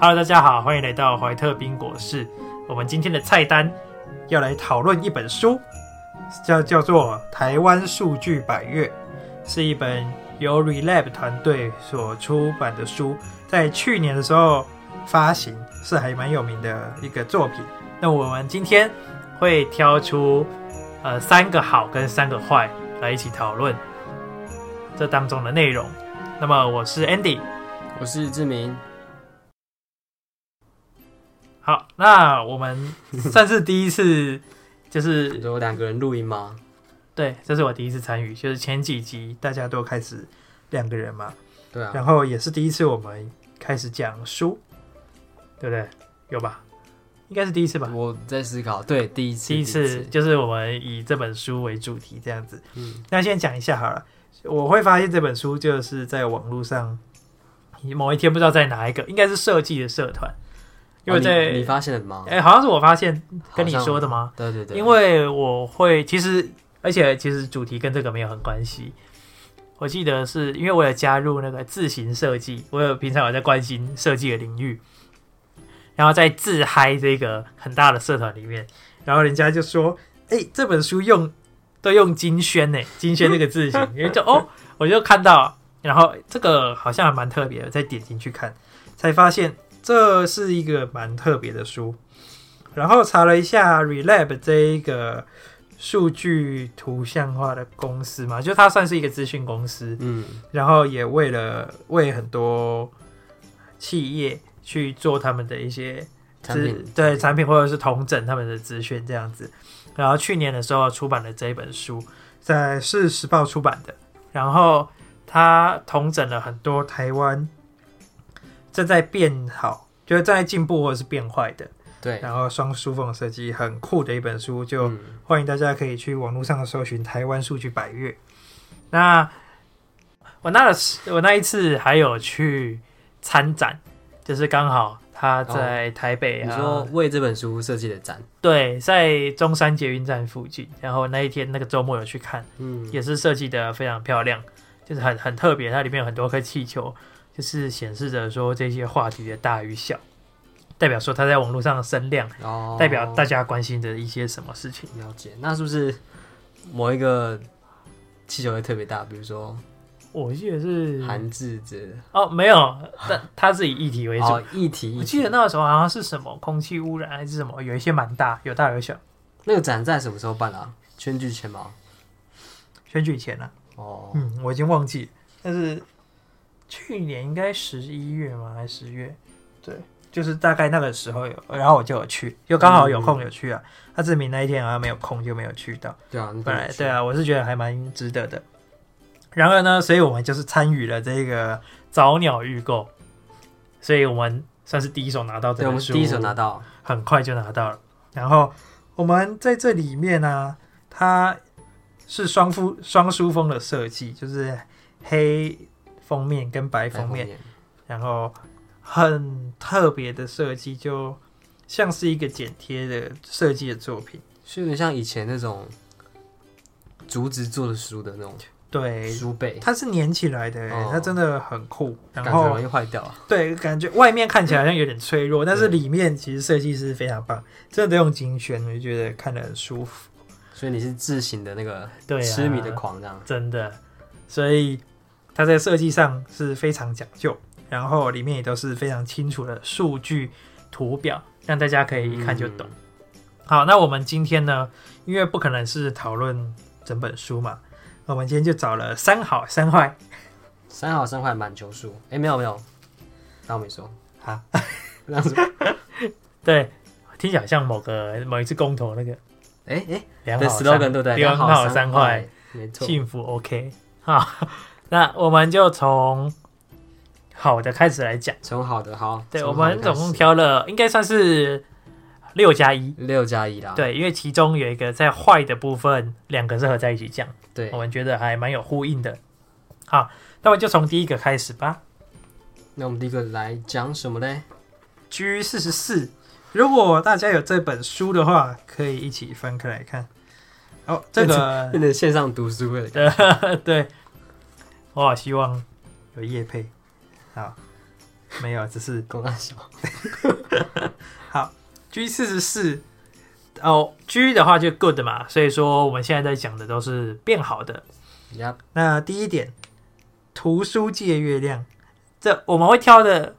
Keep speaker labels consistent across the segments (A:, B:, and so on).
A: Hello，大家好，欢迎来到怀特冰果室。我们今天的菜单要来讨论一本书，叫叫做《台湾数据百月》，是一本由 Relab 团队所出版的书，在去年的时候发行，是还蛮有名的一个作品。那我们今天会挑出呃三个好跟三个坏来一起讨论这当中的内容。那么我是 Andy，
B: 我是志明，
A: 好，那我们算是第一次，就是
B: 你说两个人录音吗？
A: 对，这是我第一次参与，就是前几集大家都开始两个人嘛，
B: 对啊，
A: 然后也是第一次我们开始讲书，对不对？有吧？应该是第一次吧。
B: 我在思考，对，第一次，
A: 第一次，就是我们以这本书为主题这样子。
B: 嗯，
A: 那先讲一下好了，我会发现这本书就是在网络上某一天不知道在哪一个，应该是设计的社团，因为
B: 哦你
A: 在
B: 你发现了吗？
A: 哎、好像是我发现跟你
B: 好像
A: 说的吗？
B: 对对对，
A: 因为我会其实，而且其实主题跟这个没有很关系。我记得是因为我有加入那个自行设计，我有平常有在关心设计的领域，然后在自嗨这个很大的社团里面，然后人家就说：“哎、这本书用都用金轩呢、金轩这个字型。”因为就哦，我就看到，然后这个好像还蛮特别的，再点进去看，才发现这是一个蛮特别的书。然后查了一下 Relab 这一个数据图像化的公司嘛，就它算是一个资讯公司，
B: 嗯，
A: 然后也为了为很多企业去做他们的一些
B: 产品
A: 资对产品或者是同整他们的资讯这样子。然后去年的时候出版了这一本书，在《是时报》出版的。然后它统整了很多台湾正在变好，就是正在进步或者是变坏的
B: 对，
A: 然后双书缝设计很酷的一本书，就
B: 嗯
A: 欢迎大家可以去网络上搜寻台湾数据百月。那我那我那一次还有去参展，就是刚好他在台北
B: 哦你
A: 啊，
B: 说为这本书设计的展，
A: 对，在中山捷运站附近，然后那一天那个周末有去看，
B: 嗯，
A: 也是设计的非常漂亮，就是很很特别，它里面有很多颗气球，就是显示着说这些话题的大与小，代表说它在网络上的声量。
B: 哦，
A: 代表大家关心的一些什么事情。
B: 了解，那是不是某一个气球会特别大？比如说
A: 我记得是
B: 韩制之类的，
A: 哦，没有，但它是以议题为主。
B: 哦，议题，
A: 我
B: 议
A: 记
B: 题
A: 得那个时候好像是什么空气污染还是什么，有一些蛮大，有大有小。
B: 那个展在什么时候办啊？圈聚前吗？
A: 选举前啊，
B: 哦，
A: 嗯，我已经忘记了，但是去年应该十一月吗？还是十月？对，就是大概那个时候有，然后我就有去，就刚好有空有去啊。他志明那一天好像没有空，就没有去到。
B: 对啊，那
A: 本来
B: 挺有趣
A: 对，啊，我是觉得还蛮值得的。然而呢，所以我们就是参与了这个早鸟预购，所以我们算是第一手拿到这
B: 对，我
A: 本
B: 们
A: 书，
B: 第一手拿，到，
A: 很快就拿到了。然后我们在这里面呢、它是双书双书封的设计，就是黑封面跟白封面，然后很特别的设计，就像是一个剪贴的设计的作品。
B: 是有点像以前那种竹子做的书的那种
A: 对，
B: 书背，
A: 它是粘起来的、
B: 哦
A: 它真的很酷。然
B: 感觉
A: 后
B: 容易坏掉啊。
A: 对，感觉外面看起来好像有点脆弱，但是
B: 对
A: 里面其实设计师非常棒，真的都用精选，我就觉得看得很舒服。
B: 所以你是自行的那个
A: 对、啊，
B: 痴迷的狂这样，
A: 真的，所以它在设计上是非常讲究，然后里面也都是非常清楚的数据图表，让大家可以一看
B: 嗯
A: 就懂。好，那我们今天呢，因为不可能是讨论整本书嘛，我们今天就找了三好三坏。
B: 嗯。三好三坏满球数，哎、没有没有，当我没说，
A: 好，
B: 这样子，
A: 对，听起来好像某个某一次公投那个
B: 哎、哎，
A: 良好
B: 的 slogan 对不对？
A: 良好三坏，，
B: 没错，
A: 幸福 OK 好， 那我们就从好的开始来讲。
B: 从好的好，
A: 对，
B: 从
A: 我
B: 好的
A: 们总共
B: 开始
A: 挑了应该算是六加一。
B: 六加一啦，
A: 对，因为其中有一个在坏的部分，两个是合在一起讲，
B: 对
A: 我，们觉得还蛮有呼应的。好，那我就从第一个开始吧。
B: 那我们第一个来讲什么嘞？
A: G 四十四。如果大家有这本书的话，可以一起翻开来看。哦，这 个
B: 变成线上读书会了，
A: 对，我好希望有叶配。好，没有，只是
B: 公大小，
A: 好，G 四十四哦，G 的话就 good 嘛，所以说我们现在在讲的都是变好的。
B: 呀，
A: 那第一点，图书界月亮，这我们会挑的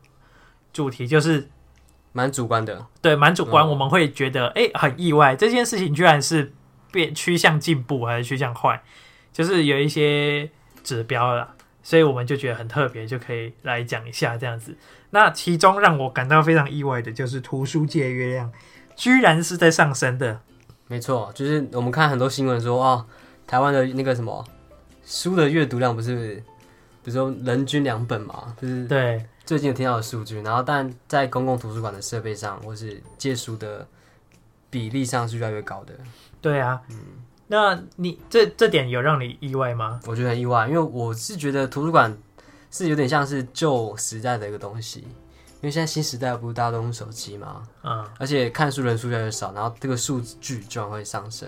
A: 主题就是
B: 蛮主观的，
A: 对蛮主观，
B: 嗯
A: 我们会觉得哎、诶很意外，这件事情居然是变趋向进步还是趋向坏，就是有一些指标啦，所以我们就觉得很特别，就可以来讲一下这样子。那其中让我感到非常意外的就是图书界月亮居然是在上升的，
B: 没错，就是我们看很多新闻说哦，台湾的那个什么书的阅读量不是，比如说人均两本嘛，就是
A: 对，
B: 最近有听到的数据。然后，但在公共图书馆的设备上，或是借书的比例上是越来越高的。
A: 对啊，那你这这点有让你意外吗？
B: 我觉得很意外，因为我是觉得图书馆是有点像是旧时代的一个东西，因为现在新时代不是大家都用手机嘛，
A: 嗯，
B: 而且看书人数越来越少，然后这个数据居然会上升。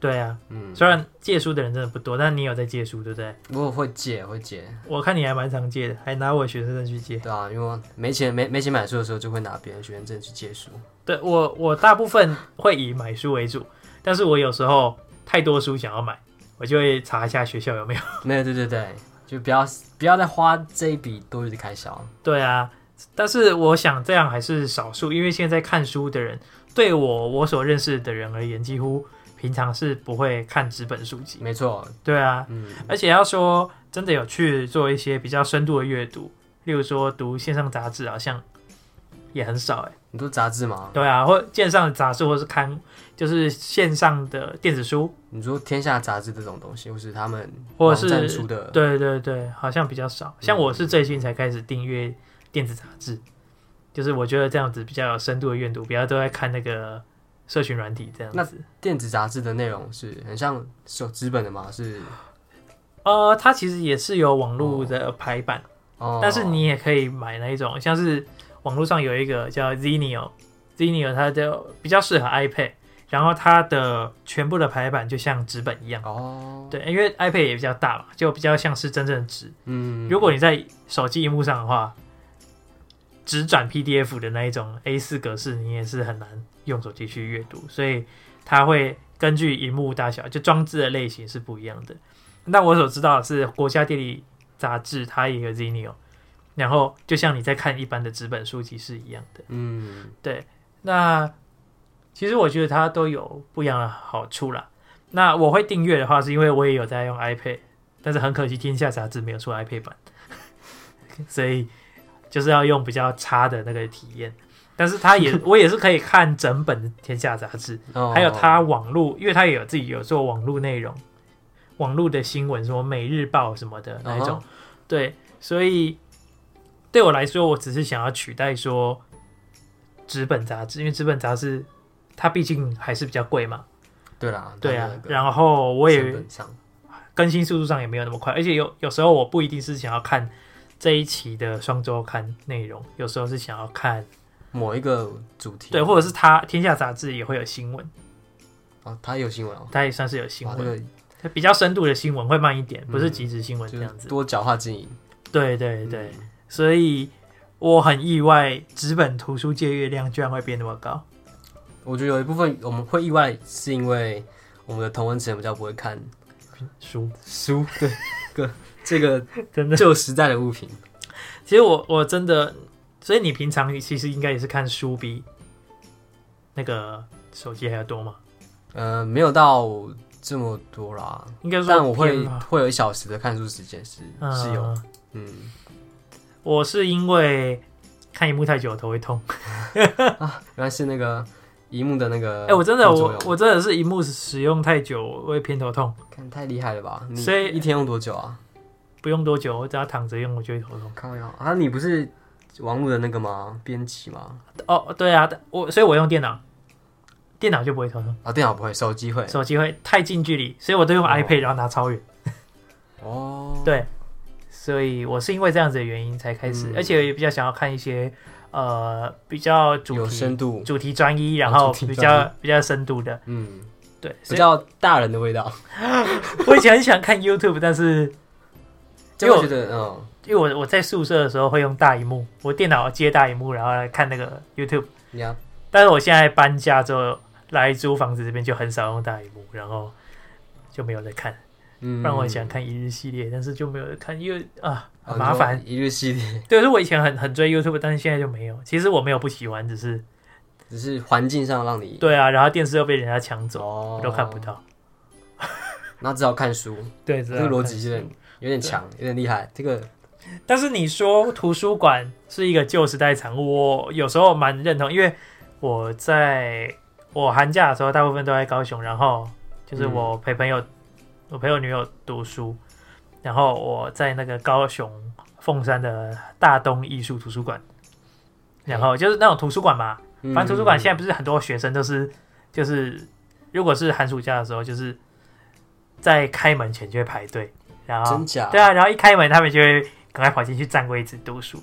A: 对啊，
B: 嗯，
A: 虽然借书的人真的不多，但你有在借书，对不对？
B: 如果会借会借，
A: 我看你还蛮常借的，还拿我学生证去借。
B: 对啊，因为我没钱没没钱买书的时候，就会拿别人学生证去借书。
A: 对我，我大部分会以买书为主，但是我有时候太多书想要买，我就会查一下学校有 没有。
B: 没有，对对对，就不要不要再花这一笔多余的开销。
A: 对啊，但是我想这样还是少数，因为现在看书的人，对我我所认识的人而言，几乎平常是不会看纸本书籍。
B: 没错，
A: 对啊，
B: 嗯，
A: 而且要说真的有去做一些比较深度的阅读，例如说读线上杂志，好像也很少哎、
B: 你都杂志吗？
A: 对啊，或线上的杂志，或是刊，就是线上的电子书，
B: 你说天下杂志这种东西，或是他们
A: 或
B: 网
A: 者
B: 站
A: 是
B: 出的，
A: 对对对，好像比较少。像我是最近才开始订阅电子杂志，就是我觉得这样子比较有深度的阅读，不要都在看那个社群软体这样子。
B: 电子杂志的内容是很像手纸本的嘛？是
A: 呃，它其实也是有网络的排版，
B: 哦，
A: 但是你也可以买那一种，像是网络上有一个叫 Zinio，Zinio 它就比较适合 iPad，然后它的全部的排版就像纸本一样。
B: 哦，
A: 对，因为 iPad 也比较大嘛，就比较像是真正的纸。
B: 嗯，
A: 如果你在手机荧幕上的话，只转 PDF 的那一种 A4 格式，你也是很难用手机去阅读，所以它会根据荧幕大小，就装置的类型是不一样的。那我所知道的是国家地理杂志它也有 Zinio，然后就像你在看一般的纸本书籍是一样的。
B: 嗯，
A: 那其实我觉得它都有不一样的好处啦。那我会订阅的话，是因为我也有在用 iPad，但是很可惜《天下杂志》没有出 iPad 版， 所以就是要用比较差的那个体验。但是它也，我也是可以看整本《天下杂志》，
B: 哦
A: 还有它网络，因为它也有自己有做网络内容，网络的新闻，什么《每日报》什么的那一种
B: 嗯
A: 对，所以对我来说，我只是想要取代说纸本杂志，因为纸本杂志它毕竟还是比较贵嘛，
B: 对啦，
A: 对啊
B: 它的那，个
A: 然后我
B: 成
A: 也
B: 本上
A: 更新速度上也没有那么快，而且有有时候我不一定是想要看这一期的双周刊内容，有时候是想要看
B: 某一个主题，
A: 对，或者是它《天啊下杂志》也会有新闻，
B: 哦，它有新闻哦，
A: 它也算是有新
B: 哇，
A: 闻
B: 这。个
A: 它比较深度的新闻会慢一点，不是
B: 嗯
A: 即时新闻这
B: 就
A: 样子。
B: 是多角化经营，
A: 对对对，
B: 嗯，
A: 所以我很意外，纸本图书借阅量居然会变那么高。
B: 我觉得有一部分我们会意外，是因为我们的同文层比较不会看
A: 书
B: 书，对，个这个
A: 真的，
B: 旧时代的物品，
A: 其实我我真的，所以你平常其实应该也是看书比那个手机还要多嘛？
B: 呃，没有到这么多啦，
A: 应该说
B: 但我
A: 偏
B: 会
A: 吧
B: 会有一小时的看书时间是是有，
A: 嗯
B: 嗯，
A: 我是因为看荧幕太久我头会痛。
B: 原来是那个荧幕的那个，
A: 哎、我真的
B: 作
A: 我
B: 用
A: 我真的是荧幕使用太久我会偏头痛，
B: 看太厉害了吧？你
A: 所以
B: 一天用多久啊？
A: 不用多久我只要躺着用我就会头痛。
B: 靠呀！啊，你不是网络的那个吗？编辑吗？
A: 哦，对啊，我所以我用电脑，电脑就不会头痛。
B: 啊，电脑不会，手机会。
A: 手机会太近距离，所以我都用
B: 哦
A: iPad，然后拿超远。
B: 哦，
A: 对，所以我是因为这样子的原因才开始，
B: 嗯
A: 而且也比较想要看一些呃比较主
B: 有
A: 题
B: 深度，
A: 主题专一，然
B: 哦
A: 后
B: 主题
A: 比
B: 专
A: 较比较深度的。
B: 嗯，
A: 对，
B: 比
A: 所以
B: 较大人的味道。
A: 我以前很喜欢看 YouTube，但是
B: 就会觉得，嗯，
A: 因为我我在宿舍的时候会用大荧幕，我电脑接大荧幕，然后来看那个 YouTube。
B: 你要
A: 但是我现在搬家之后来租房子这边就很少用大荧幕，然后就没有在看。
B: 嗯，
A: 不然我很想看一日系列，但是就没有看，因为啊
B: 哦
A: 很麻烦。
B: 你说一日系列，
A: 对，是我以前很很追 YouTube，但是现在就没有。其实我没有不喜欢，只是
B: 只是环境上让你
A: 对啊，然后电视又被人家抢走，
B: 哦
A: 我都看不，到。
B: 那只好看书，
A: 对，
B: 这个逻辑有
A: 是。啊
B: 点有点强，有点厉害，这个
A: 但是你说图书馆是一个旧时代产物，我有时候蛮认同，因为我在我寒假的时候大部分都在高雄，然后就是我陪朋友，我陪我女友读书，然后我在那个高雄凤山的大东艺术图书馆，然后就是那种图书馆嘛，
B: 嗯
A: 反正图书馆现在不是很多学生都是就是，如果是寒暑假的时候，就是在开门前就会排队，然后
B: 真假
A: 对啊，然后一开门他们就会赶快跑进去占位置读书。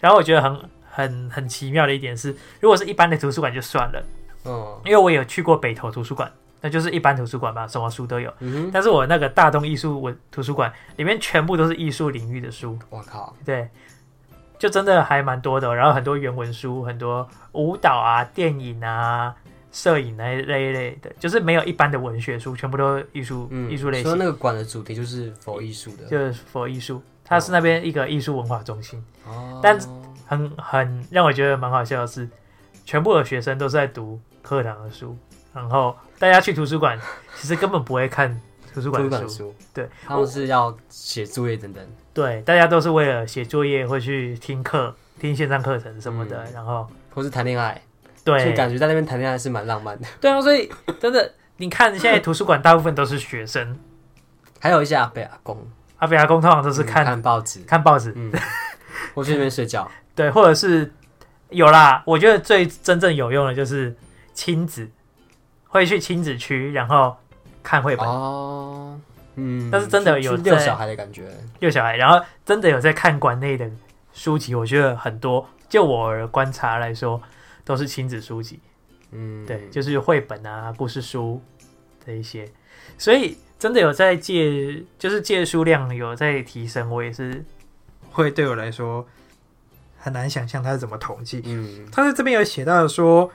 A: 然后我觉得很很很奇妙的一点是，如果是一般的图书馆就算了，
B: 嗯
A: 因为我有去过北投图书馆，那就是一般图书馆嘛，什么书都有。
B: 嗯
A: 但是我那个大东艺术文图书馆里面全部都是艺术领域的书，
B: 哼，我靠，
A: 对，就真的还蛮多的。然后很多原文书，很多舞蹈啊、电影啊、摄影那一那一类的，就是没有一般的文学书，全部都是艺术、
B: 嗯，
A: 艺术类
B: 所以
A: 型，
B: 那个馆的主题就是否艺术的
A: 就是佛艺术。它是那边一个艺术文化中心。
B: 哦，
A: 但很很让我觉得蛮好笑的是，全部的学生都是在读课堂的书，然后大家去图书馆其实根本不会看图书
B: 图书
A: 馆
B: 馆
A: 的
B: 的
A: 书，
B: 书，
A: 对，
B: 他们是要写作业等等，
A: 对，大家都是为了写作业会去听课、听线上课程什么的，然后
B: 或是谈恋爱，所以
A: 对
B: 嗯感觉在那边谈恋爱是蛮浪漫的。
A: 对啊，所以真的你看现在图书馆大部分都是学生，
B: 嗯还有一些阿伯阿公，
A: 阿北阿公通常都
B: 就是
A: 看、
B: 嗯看报纸，
A: 看报纸，
B: 嗯，我去那边睡觉，
A: 对，或者是有啦。我觉得最真正有用的就是亲子，会去亲子区，然后看绘本。
B: 哦，嗯，
A: 但是真的有
B: 去遛
A: 在
B: 小孩的感觉，
A: 六小孩，然后真的有在看馆内的书籍，我觉得很多，就我的观察来说，都是亲子书籍，
B: 嗯，
A: 对，就是绘本啊、故事书这一些，所以真的有在借，就是借书量有在提升，我也是会对我来说很难想象它是怎么统计。
B: 嗯，
A: 他在这边有写到说，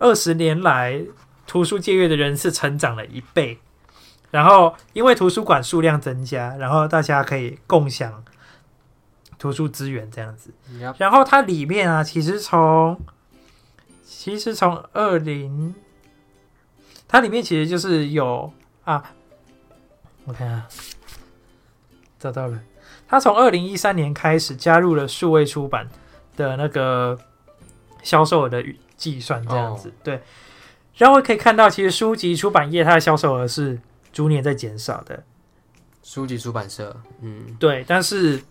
A: 二十年来图书借阅的人次成长了一倍，然后因为图书馆数量增加，然后大家可以共享图书资源这样子。
B: 你要
A: 然后它里面啊，其实从其实从二零，它里面其实就是有啊，我看啊，找到了，它从二零一三年开始加入了数位出版的那个销售额的计算，这样子、对。然后可以看到，其实书籍出版业它的销售额是逐年在减少的，
B: 书籍出版社，嗯，
A: 对，但是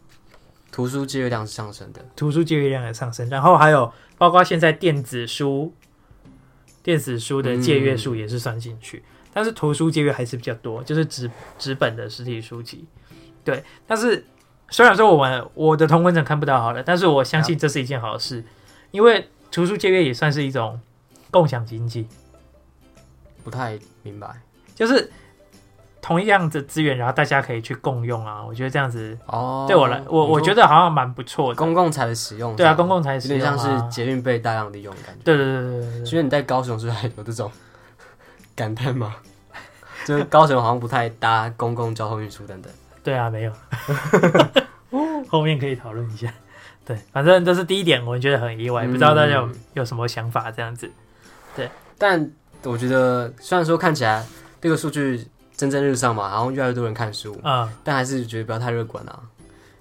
B: 图书借阅量是上升的，
A: 图书借阅量的上升，然后还有包括现在电子书、电子书的借阅数也是算进去，但是图书借阅还是比较多，就是纸纸本的实体书籍。对，但是虽然说我们我的同文层看不到好了，但是我相信这是一件好事，因为图书借阅也算是一种共享经济，
B: 不太明白
A: 就是同样的资源，然后大家可以去共用啊。我觉得这样子
B: 哦。
A: 对我来，我我觉
B: 得
A: 得好像蛮不错的。
B: 公共财的使用，
A: 对啊，公共财
B: 有
A: 使
B: 点
A: 用啊
B: 像是捷运被大量利用的感觉。
A: 对对对对对对。
B: 所以你在高雄是不是还有这种感叹吗？ 就是高雄好像不太搭公共交通运输等等。
A: 对啊，没有， 后面可以讨论一下。对，反正这是第一点，我觉得很意外，
B: 嗯
A: 不知道大家有有什么想法这样子。
B: 但我觉得，虽然说看起来这个数据蒸蒸日上嘛，然后越来越多人看书，
A: 嗯，
B: 但还是觉得不要太乐观啊，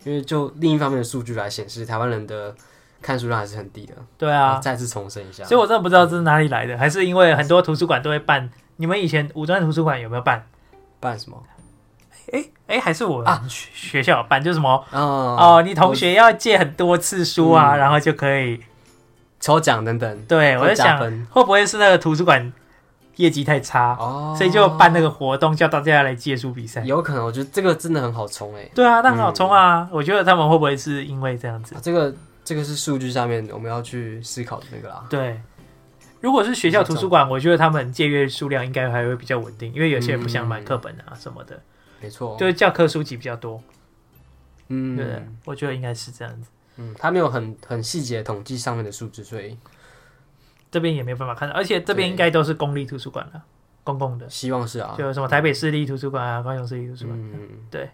B: 因为就另一方面的数据来显示，台湾人的看书量还是很低的。
A: 对啊，
B: 再次重申一下，
A: 所以我真的不知道这是哪里来的，还是因为很多图书馆都会办。你们以前五专图书馆有没有办？
B: 办什么？
A: 诶诶，还是我
B: 啊
A: 们学学校有办，就什么
B: 啊、
A: 哦，你同学要借很多次书啊，
B: 嗯
A: 然后就可以。
B: 抽奖等等。
A: 对，哎我在
B: 会加
A: 想
B: 分
A: 会不会是那个图书馆业绩太差，
B: 哦，
A: 所以就办那个活动，叫大家来借书比赛。
B: 有可能，我觉得这个真的很好冲哎、
A: 对啊，那很好冲啊！我觉得他们会不会是因为这样子
B: 啊？这个这个是数据下面我们要去思考的那个啦。
A: 对，如果是学校图书馆，我觉得他们借阅数量应该还会比较
B: 嗯
A: 稳定，因为有些人不想买课本啊什么的，
B: 没错，
A: 就是教科书籍比较多。
B: 哦嗯，
A: 对，我觉得应该是这样子。
B: 嗯，他没有很很细节统计上面的数字，所以
A: 这边也没有办法看到，而且这边应该都是公立图书馆了，公共的，
B: 希望是啊，
A: 就什么台北市立图书馆啊、高雄市立图书馆，
B: 嗯，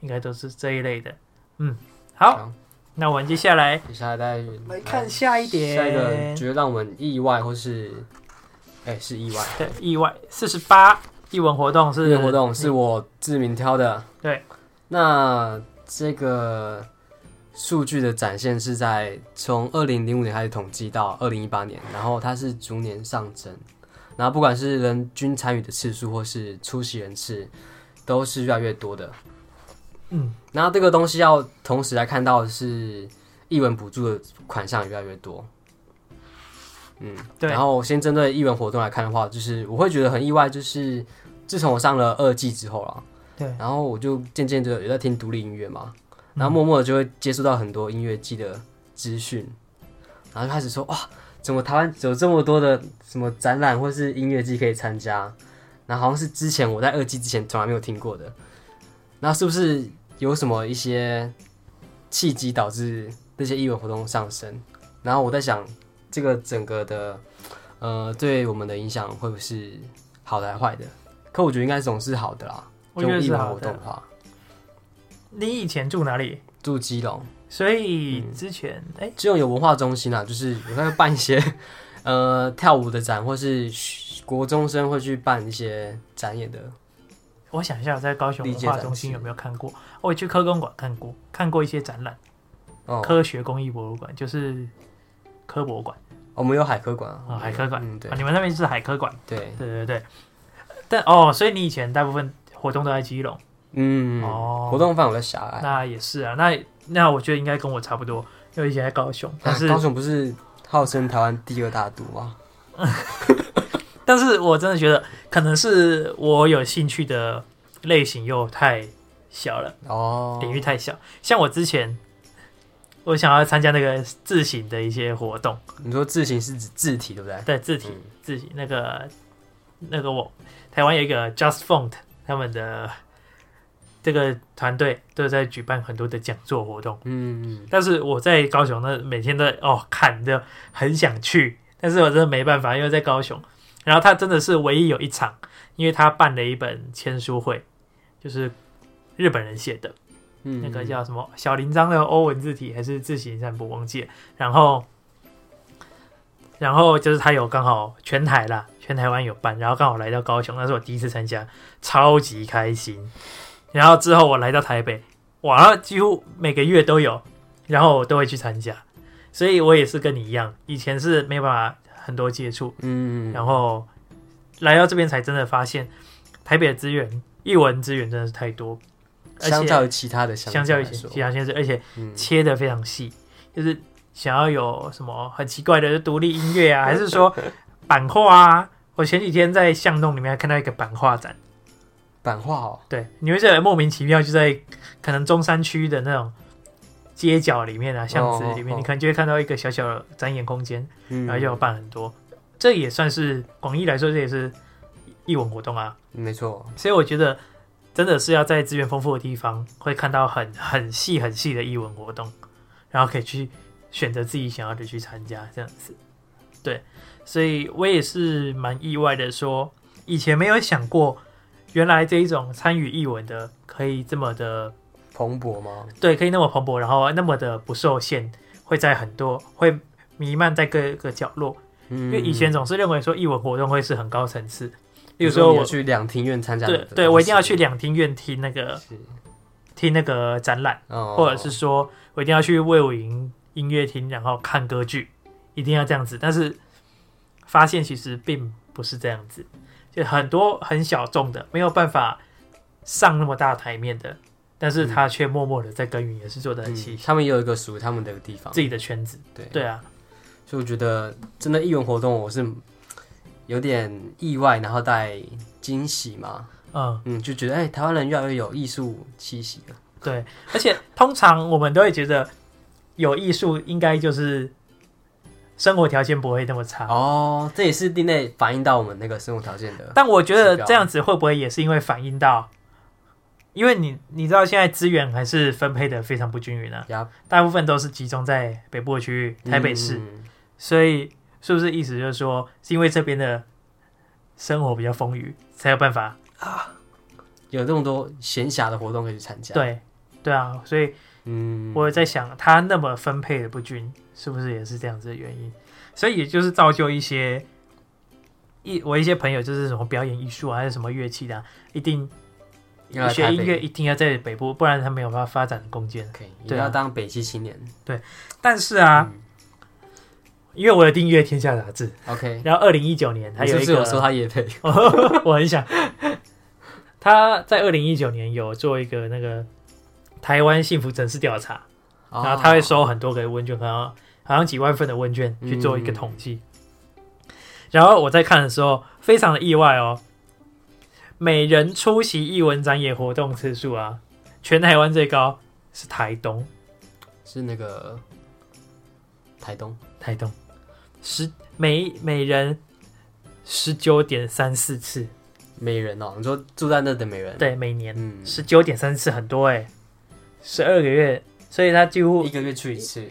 A: 应该都是这一类的。嗯，好，
B: 好
A: 那我们接下来
B: 接下来再
A: 来看下一点，
B: 下一个觉得让我们意外或是，哎、是意外。
A: 对意外四十八译文活动
B: 这
A: 是嗯
B: 个活动是我志明挑的。
A: 对，
B: 那这个数据的展现是在从二零零五年开始统计到二零一八年，然后它是逐年上升，然后不管是人均参与的次数或是出席人次，都是越来越多的。
A: 嗯，
B: 然后这个东西要同时来看到的是译文补助的款项也越来越多。嗯，
A: 对
B: 然后先针对译文活动来看的话，就是我会觉得很意外，就是自从我上了二季之后啦，
A: 对，
B: 然后我就渐渐的有在听独立音乐嘛，然后默默的就会接触到很多音乐季的资讯，然后就开始说哇，怎么台湾有这么多的什么展览或是音乐季可以参加？然后好像是之前我在二季之前从来没有听过的，那是不是有什么一些契机导致这些艺文活动上升？然后我在想，这个整个的呃对我们的影响会不会是好的还是坏的？可我觉得应该总是好的啦。
A: 我觉得
B: 就艺
A: 是
B: 文
A: 好
B: 活动
A: 的
B: 的。话，
A: 你以前住哪里？
B: 住基隆，
A: 所以
B: 嗯
A: 之前哎、
B: 基隆有文化中心啊，就是有在办一些 呃跳舞的展，或是国中生会去办一些展演的。
A: 我想一下，我在高雄
B: 历
A: 文
B: 届
A: 化
B: 展
A: 中心
B: 示
A: 有没有看
B: 嗯
A: 过？哦我去科工馆看过，看过一些展览，
B: 哦，
A: 科学工艺博物馆就是科博馆
B: 我们有海科馆
A: 啊、
B: 啊，
A: 海科馆、
B: 嗯，对嗯
A: 啊，你哦们那边是海科馆，
B: 对，
A: 对对对。但哦，所以你以前大部分活动都在基隆，
B: 嗯，
A: 哦
B: 活动范围比较狭隘。
A: 那也是啊，那那我觉得应该跟我差不多，因为以前在高雄，但
B: 啊
A: 是、
B: 高雄不是号称台湾第二大都吗？
A: 但是我真的觉得可能是我有兴趣的类型又太小了。
B: 哦，
A: 领域太小。像我之前，我想要参加那个自行的一些活动，
B: 你说字形是指字体对不对？
A: 对字体、自行那个那个我台湾有一个 Just Font 他们的这个团队都在举办很多的讲座活动，
B: 嗯，
A: 但是我在高雄那每天都哦看的很想去，但是我真的没办法，因为在高雄。然后他真的是唯一有一场，因为他办了一本签书会，就是日本人写的。
B: 嗯
A: 那个叫什么小铃铛的欧文字体还是字形散步忘记了。然后，然后就是他有刚好全台啦，全台湾有办，然后刚好来到高雄，那是我第一次参加，超级开心。然后之后我来到台北，哇，然后几乎每个月都有，然后我都会去参加，所以我也是跟你一样，以前是没办法很多接触，
B: 嗯，
A: 然后来到这边才真的发现台北的资源。译文资源真的是太多，而且
B: 相较于其他的乡
A: 相较于
B: 镇来
A: 其
B: 说
A: 其他县市，而且
B: 嗯
A: 切的非常细，就是想要有什么很奇怪的独立音乐啊，还是 说版画啊？我前几天在巷弄里面还看到一个版画展，
B: 版画哦，
A: 对，你会觉得莫名其妙，就在可能中山区的那种街角里面啊、巷子里面，
B: 哦哦
A: 你可能就会看到一个小小的展演空间，
B: 嗯
A: 然后就有办很多，这也算是广义来说，这也是艺文活动啊。
B: 没错，
A: 所以我觉得真的是要在资源丰富的地方，会看到很很细很细的译文活动，然后可以去选择自己想要的去参加这样子。对，所以我也是蛮意外的说，以前没有想过，原来这一种参与译文的可以这么的
B: 蓬勃吗？
A: 对，可以那么蓬勃，然后那么的不受限，会在很多会弥漫在各个角落，
B: 嗯，
A: 因为以前总是认为说译文活动会是很高层次，例
B: 比
A: 如
B: 说
A: 说
B: 你
A: 我
B: 要去两庭院参加的
A: 对
B: 东西，
A: 对，我一定要去两厅院听那个
B: 是，
A: 听那个展览，
B: 哦
A: 或者是说我一定要去魏武营音乐厅，然后看歌剧，一定要这样子。但是发现其实并不是这样子，就很多很小众的，没有办法上那么大台面的，但是他却默默的在耕耘，也是做的很细
B: 嗯，他们也有一个属于他们的地方
A: 自，己的圈子。
B: 对
A: 对啊，
B: 所以我觉得真的艺文活动我是有点意外，然后带惊喜嘛，
A: 嗯，
B: 嗯，就觉得哎、台湾人越来越有艺术气息了，
A: 对，而且通常我们都会觉得有艺术应该就是生活条件不会那么差。
B: 哦，这也是另类反映到我们那个生活条件的
A: 但我觉得这样子会不会也是因为反映到因为你你知道现在资源还是分配的非常不均匀啊，
B: 呀，
A: 大部分都是集中在北部的区域，台北市，
B: 嗯
A: 所以是不是意思就是说，是因为这边的生活比较丰腴，才有办法
B: 有这么多闲暇的活动可以去参加。，
A: 对对啊，所以
B: 嗯，
A: 我在想，他那么分配的不均，是不是也是这样子的原因？所以也就是造就一些一我一些朋友就是什么表演艺术啊，还是什么乐器的啊、一定
B: 要来
A: 学
B: 台
A: 音乐
B: 北
A: 一定要在北部，不然他没有办法发展空间。
B: 可以，一
A: 对
B: 定
A: 啊
B: 要当北汽青年。
A: 但是啊，
B: 嗯
A: 因为我有订阅《天下》杂志，
B: OK，
A: 然后二零一九年它
B: 你是
A: 有
B: 不
A: 一
B: 是
A: 个，
B: 有说他也配？
A: 我很想，他在二零一九年有做一个那个台湾幸福城市调查，然
B: 啊，
A: 后他会收很多个问卷，可能好像几万份的问卷去做一个统计。然后我在看的时候，非常的意外哦，每人出席艺文展演活动次数啊，全台湾最高是台东，
B: 是那个台东
A: 台东十每每人十九点三四次，
B: 美人哦，你说住在那的美人，，
A: 对，每年
B: 嗯，
A: 十九点三四很多哎、十二个月，所以他几乎
B: 一个月去一次，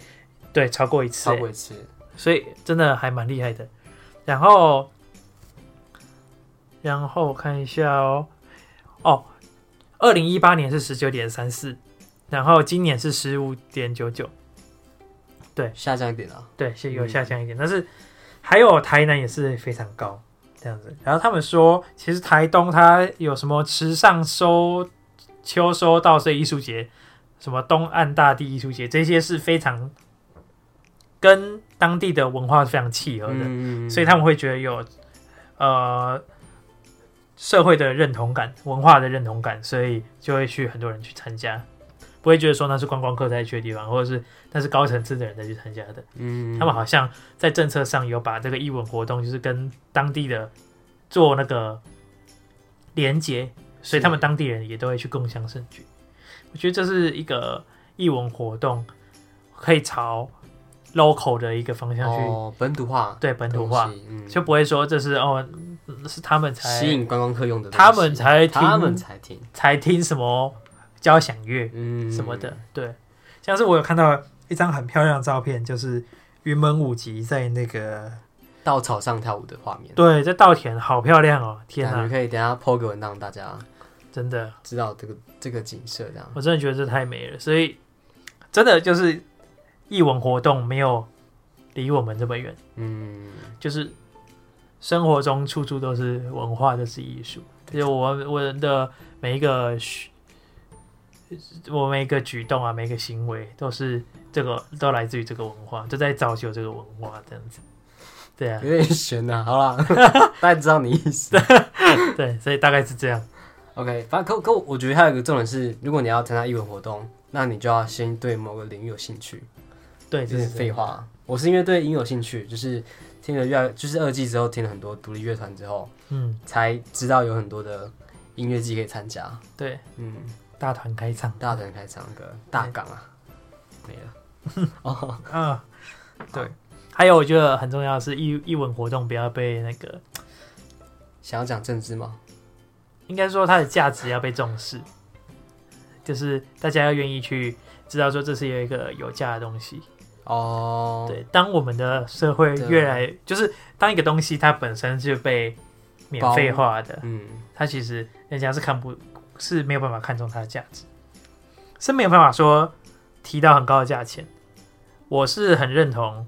A: 对超过一次、
B: 超
A: 欸，
B: 过一次，
A: 所以真的还蛮厉害的。然后，然后我看一下哦，哦，二零一八年是十九点三四，然后今年是十五点九九，
B: 下降一点啊。
A: 对，是有
B: 嗯
A: 下降一点，但是还有台南也是非常高这样子。然后他们说，其实台东它有什么池上收秋收稻穗艺术节，什么东岸大地艺术节，这些是非常跟当地的文化非常契合的。
B: 嗯，
A: 所以他们会觉得有呃社会的认同感、文化的认同感，所以就会去很多人去参加，不会觉得说那是观光客才去的地方，或者是那是高层次的人才去参加的。
B: 嗯，
A: 他们好像在政策上有把这个艺文活动，就是跟当地的做那个连接，所以他们当地人也都会去共襄盛举。我觉得这是一个艺文活动可以朝 local 的一个方向去，
B: 哦，本土化，
A: 对本土化
B: 东。西，嗯，
A: 就不会说这是哦，嗯是他们才
B: 吸引观光客用的东西，
A: 他们才听
B: 他们才听，
A: 才听什么交响乐
B: 嗯，
A: 什么的，对。像是我有看到一张很漂亮的照片，就是云门舞集在那个
B: 稻草上跳舞的画面。
A: 对，在稻田，好漂亮哦！天
B: 感
A: 哪
B: 觉，可以等一下 PO 个文让 大家
A: 真的，
B: 知道这个这个景色这样。
A: 我真的觉得这太美了。所以真的就是艺文活动没有离我们这么远，
B: 嗯，
A: 就是生活中处处都是文化，都是艺术。就是我们我们的每一个举，我每一个举动啊，每一个行为都是这个都来自于这个文化，都在造就这个文化这样子。 对啊，
B: 有点悬呐、好啦，大家知道你意思。
A: 对，所以大概是这样。
B: OK，反正可可，我觉得还有一个重点是，如果你要参加艺文活动，那你就要先对某个领域有兴趣。
A: 对，
B: 有
A: 就
B: 点
A: 是
B: 废话，我是因为对音有兴趣，就是听了越来，就是二季之后听了很多独立乐团之后，
A: 嗯，
B: 才知道有很多的音乐季可以参加。
A: 对，
B: 嗯，
A: 大团开唱
B: 大团开唱歌，大港啊，没了。
A: 啊，对。还有我觉得很重要的是艺艺文活动不要被那个，
B: 想要讲政治吗？
A: 应该说它的价值要被重视，就是大家要愿意去知道说这是有一个有价的东西。
B: 哦、
A: 对，当我们的社会
B: 对
A: 越来，就是当一个东西它本身就被免费化的，
B: 嗯，
A: 它其实人家是看不是没有办法看中它的价值，是没有办法说提到很高的价钱。我是很认同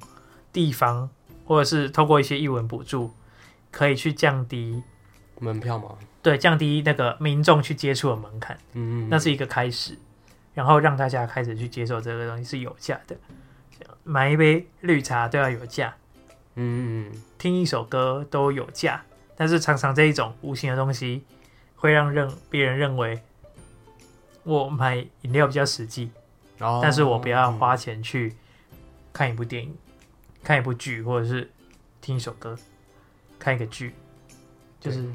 A: 地方或者是透过一些译文补助，可以去降低
B: 门票吗？
A: 对降低那个民众去接触的门槛。
B: 嗯，
A: 那是一个开始，然后让大家开始去接受这个东西是有价的。买一杯绿茶都要有价，
B: 嗯嗯嗯，
A: 听一首歌都有价，但是常常这一种无形的东西会让认别人认为我买饮料比较实际，
B: 然后
A: 但是我不要花钱去看一部电影、看一部剧，或者是听一首歌、看一个剧，就是，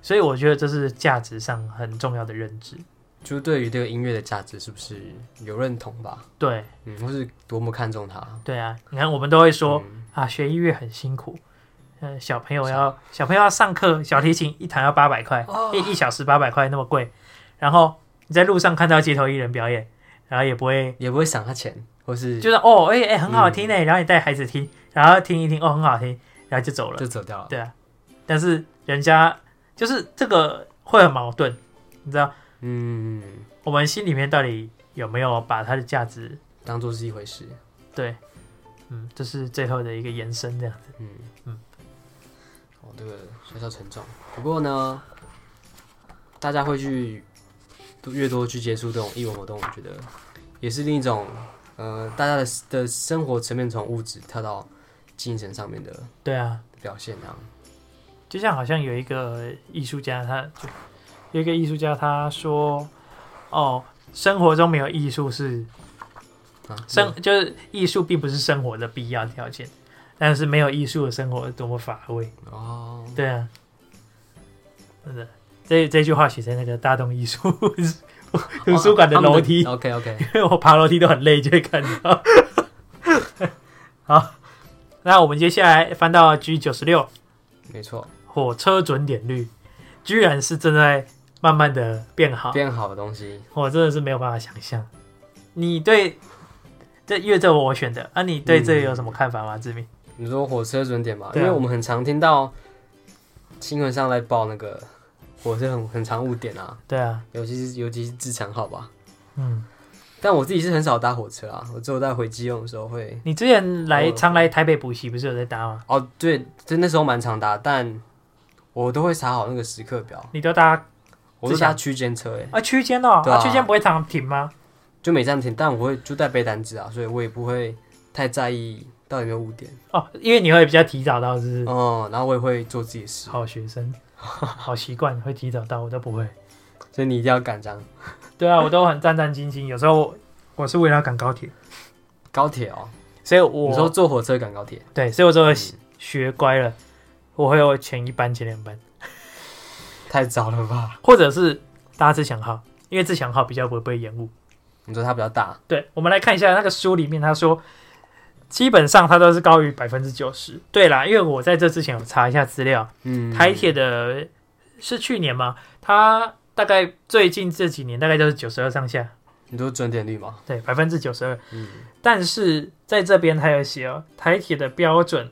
A: 所以我觉得这是价值上很重要的认知。
B: 就是对于这个音乐的价值是不是有认同吧？
A: 对，
B: 嗯，或是多么看重它？
A: 对啊，你看我们都会说、
B: 嗯
A: 啊，学音乐很辛苦，嗯、小朋友要小朋友要上课，小提琴一堂要八百块，一一小时八百块那么贵，然后你你在路上看到街头艺人表演，然后也不会
B: 也不会赏他钱，或是
A: 就是哦，哎、哎、很好听哎、然后你带孩子听，然后听一听，哦，很好听，然后就走了。
B: 就走掉了。
A: 对啊，但是人家就是这个会很矛盾，你知道
B: 嗯，
A: 我们心里面到底有没有把它的价值
B: 当做是一回事。
A: 对，嗯，这是最后的一个延伸这样子。
B: 嗯
A: 嗯
B: 嗯，哦，这个小小沉重。不过呢，大家会去多越多去接触这种义文活动，我觉得也是另一种呃，大家的的生活层面从物质跳到精神上面的
A: 对啊，
B: 表现啊。
A: 就像好像有一个艺术家，他就有一个艺术家他说，哦，生活中没有艺术是
B: 啊，
A: 生、就是艺术并不是生活的必要条件，但是没有艺术的生活多么乏味。
B: 哦，
A: 对啊，真的，这这句话写在那个大东艺术图书
B: 哦
A: 馆的楼梯，
B: OK OK，
A: 因为 我爬楼梯都很累，就会看到。 好，那我们接下来翻到 G 九十六
B: 没错，
A: 火车准点率，居然是正在慢慢的变好，
B: 变好的东西。
A: 我真的是没有办法想象。你对这因为这我选的啊，你对这个有什么看法吗？志明？
B: 你说火车准点嘛？
A: 对
B: 因
A: 啊
B: 为我们很常听到新闻上来报那个火车很很常误点啊，
A: 对啊，
B: 尤其是尤其是自强号吧。
A: 嗯，
B: 但我自己是很少搭火车啊，我只有在回基隆的时候会。
A: 你之前来
B: 我
A: 常来台北补习，不是有在搭吗？
B: 哦，对，就那时候蛮常搭，但我都会查好那个时刻表，
A: 你都搭
B: 我都搭区间车诶、
A: 啊区间哦，
B: 对啊
A: 区间不会常停吗？
B: 就每站停，但我会就带背单子啊，所以我也不会太在意到底有没有误点。
A: 哦，因为你会比较提早到，是不是？
B: 哦、然后我也会做自己的事，
A: 好学生，好习惯会提早到，我都不会。
B: 所以你一定要赶上
A: 对啊，我都很战战兢兢。有时候我我是为了要赶高铁，
B: 高铁哦。
A: 所以
B: 你说
A: 我
B: 坐火车赶高铁，
A: 对，所以我就学乖了，我会有前一班、前两班，
B: 太早了吧？
A: 或者是搭自强号，因为自强号比较不会被延误。
B: 你说它比较大，
A: 对，我们来看一下那个书里面他说，基本上它都是高于百分之九十。对啦，因为我在这之前有查一下资料，
B: 嗯
A: 台铁的是去年吗？它大概最近这几年大概就是九十二上下。
B: 你说准点率嘛，
A: 对，百分之九十二。
B: 嗯，
A: 但是在这边它有写哦，台铁的标准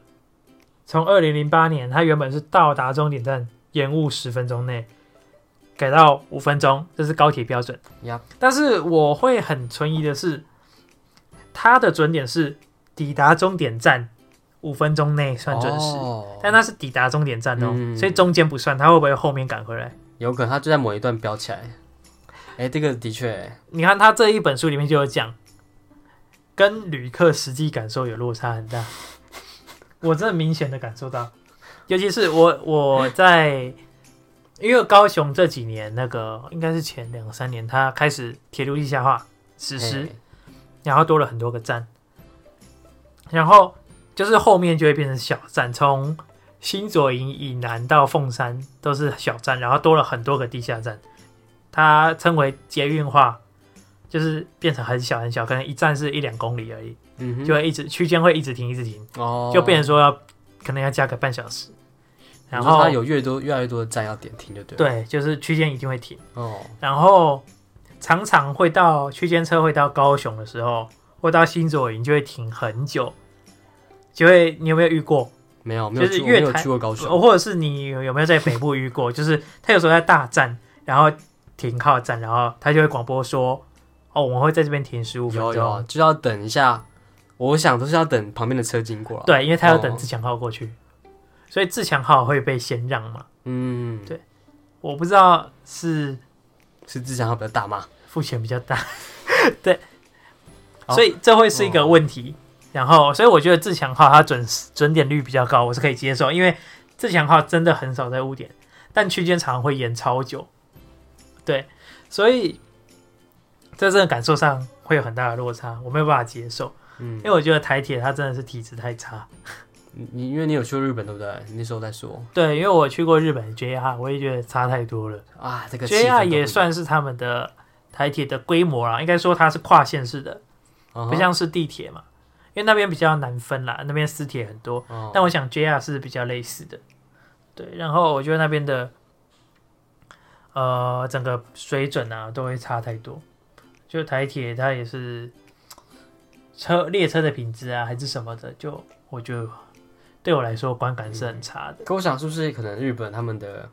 A: 从二零零八年，它原本是到达终点站延误十分钟内，改到五分钟，这是高铁标准。
B: Yup
A: 但是我会很存疑的是，它的准点是抵达终点站五分钟内算准时。
B: 哦
A: 但它是抵达终点站哦，
B: 嗯
A: 所以中间不算，它会不会后面赶回来？
B: 有可能它就在某一段飙起来。哎，这个的确，
A: 你看他这一本书里面就有讲，跟旅客实际感受有落差很大。我真的明显的感受到，尤其是我我在，因为高雄这几年那个应该是前两三年，它开始铁路地下化实施，
B: 嘿
A: 然后多了很多个站，然后就是后面就会变成小站，从新左营以南到凤山都是小站，然后多了很多个地下站，它称为捷运化，就是变成很小很小，可能一站是一两公里而已，
B: 嗯哼，
A: 就会一直区间会一直停一直停，
B: 哦，
A: 就变成说要可能要加个半小时，
B: 你
A: 然
B: 说
A: 后
B: 它有越多越来越多的站要点停就对了。
A: 对，就是区间一定会停。
B: 哦，
A: 然后常常会到区间车会到高雄的时候，或到新左营就会停很久，就会你有没有遇过？
B: 没有没
A: 就
B: 有
A: 是
B: 去，我
A: 越
B: 没有
A: 台
B: 去过高雄，
A: 或者是你有没有在北部遇过？就是他有时候在大站，然后停靠站，然后他就会广播说：“哦，我们会在这边停十五分
B: 有有啊
A: 钟。
B: 就要等一下。我想都是要等旁边的车经过”了。，
A: 对，因为他要等
B: 哦
A: 自强号过去，所以自强号会被先让嘛？
B: 嗯，
A: 对我不知道是
B: 是自强号比较大嘛？
A: 付钱比较 大，对，
B: 好嗯
A: 所以这会是一个问题。然后，所以我觉得自强号它准时准点率比较高，我是可以接受，因为自强号真的很少在误点，但区间常常会延超久，对，所以在这个感受上会有很大的落差，我没有办法接受，
B: 嗯
A: 因，为我觉得台铁它真的是体质太差。
B: 你你因为你有去过日本对不对？你那时候在说
A: 对，因为我去过日本 JR，我也觉得差太多了。
B: 啊，这个气氛都
A: JR
B: 不一
A: 也
B: 样，
A: 算是他们的台铁的规模啦，应该说它是跨县市的，
B: 嗯哼
A: 不像是地铁嘛，因为那边比较难分啦，那边私铁很多。
B: 哦
A: 但我想 JR 是比较类似的，对。然后我觉得那边的，呃整个水准啊都会差太多。就台铁它也是车列车的品质啊，还是什么的，就我觉得对我来说观感是很差的。
B: 可我想是不是可能日本他们的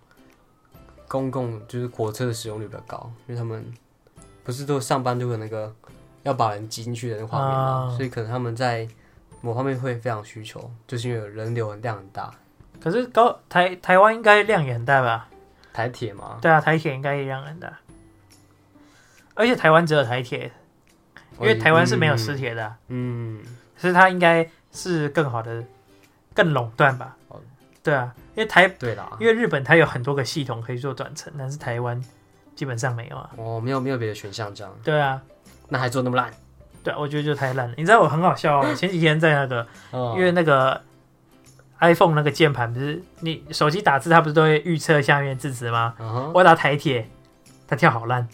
B: 公共就是火车的使用率比较高，因为他们不是都上班都有那个要把人挤进去的那个画面嘛，
A: 啊
B: 所以可能他们在某方面会非常需求，就是因为有人流量很大，
A: 可是高台台湾应该量也很大吧？
B: 台铁嘛，
A: 对啊，台铁应该也量很大。而且台湾只有台铁，因
B: 哦
A: 为台湾是没有私铁的啊、
B: 嗯，
A: 所以它应该是更好的、更垄断吧
B: 哦？
A: 对啊，因为台
B: 嗯，对啦，
A: 因为日本它有很多个系统可以做短程，但是台湾基本上没有啊。
B: 哦，没有没有别的选项这样，
A: 对啊，
B: 那还做那么烂，
A: 对啊，我觉得就太烂了。你知道我很好笑、哦，我前几天在那个，
B: 哦
A: 因为那个 iPhone 那个键盘不是你手机打字，它不是都会预测下面字词吗？
B: 嗯哼，
A: 我打台铁，它跳好烂。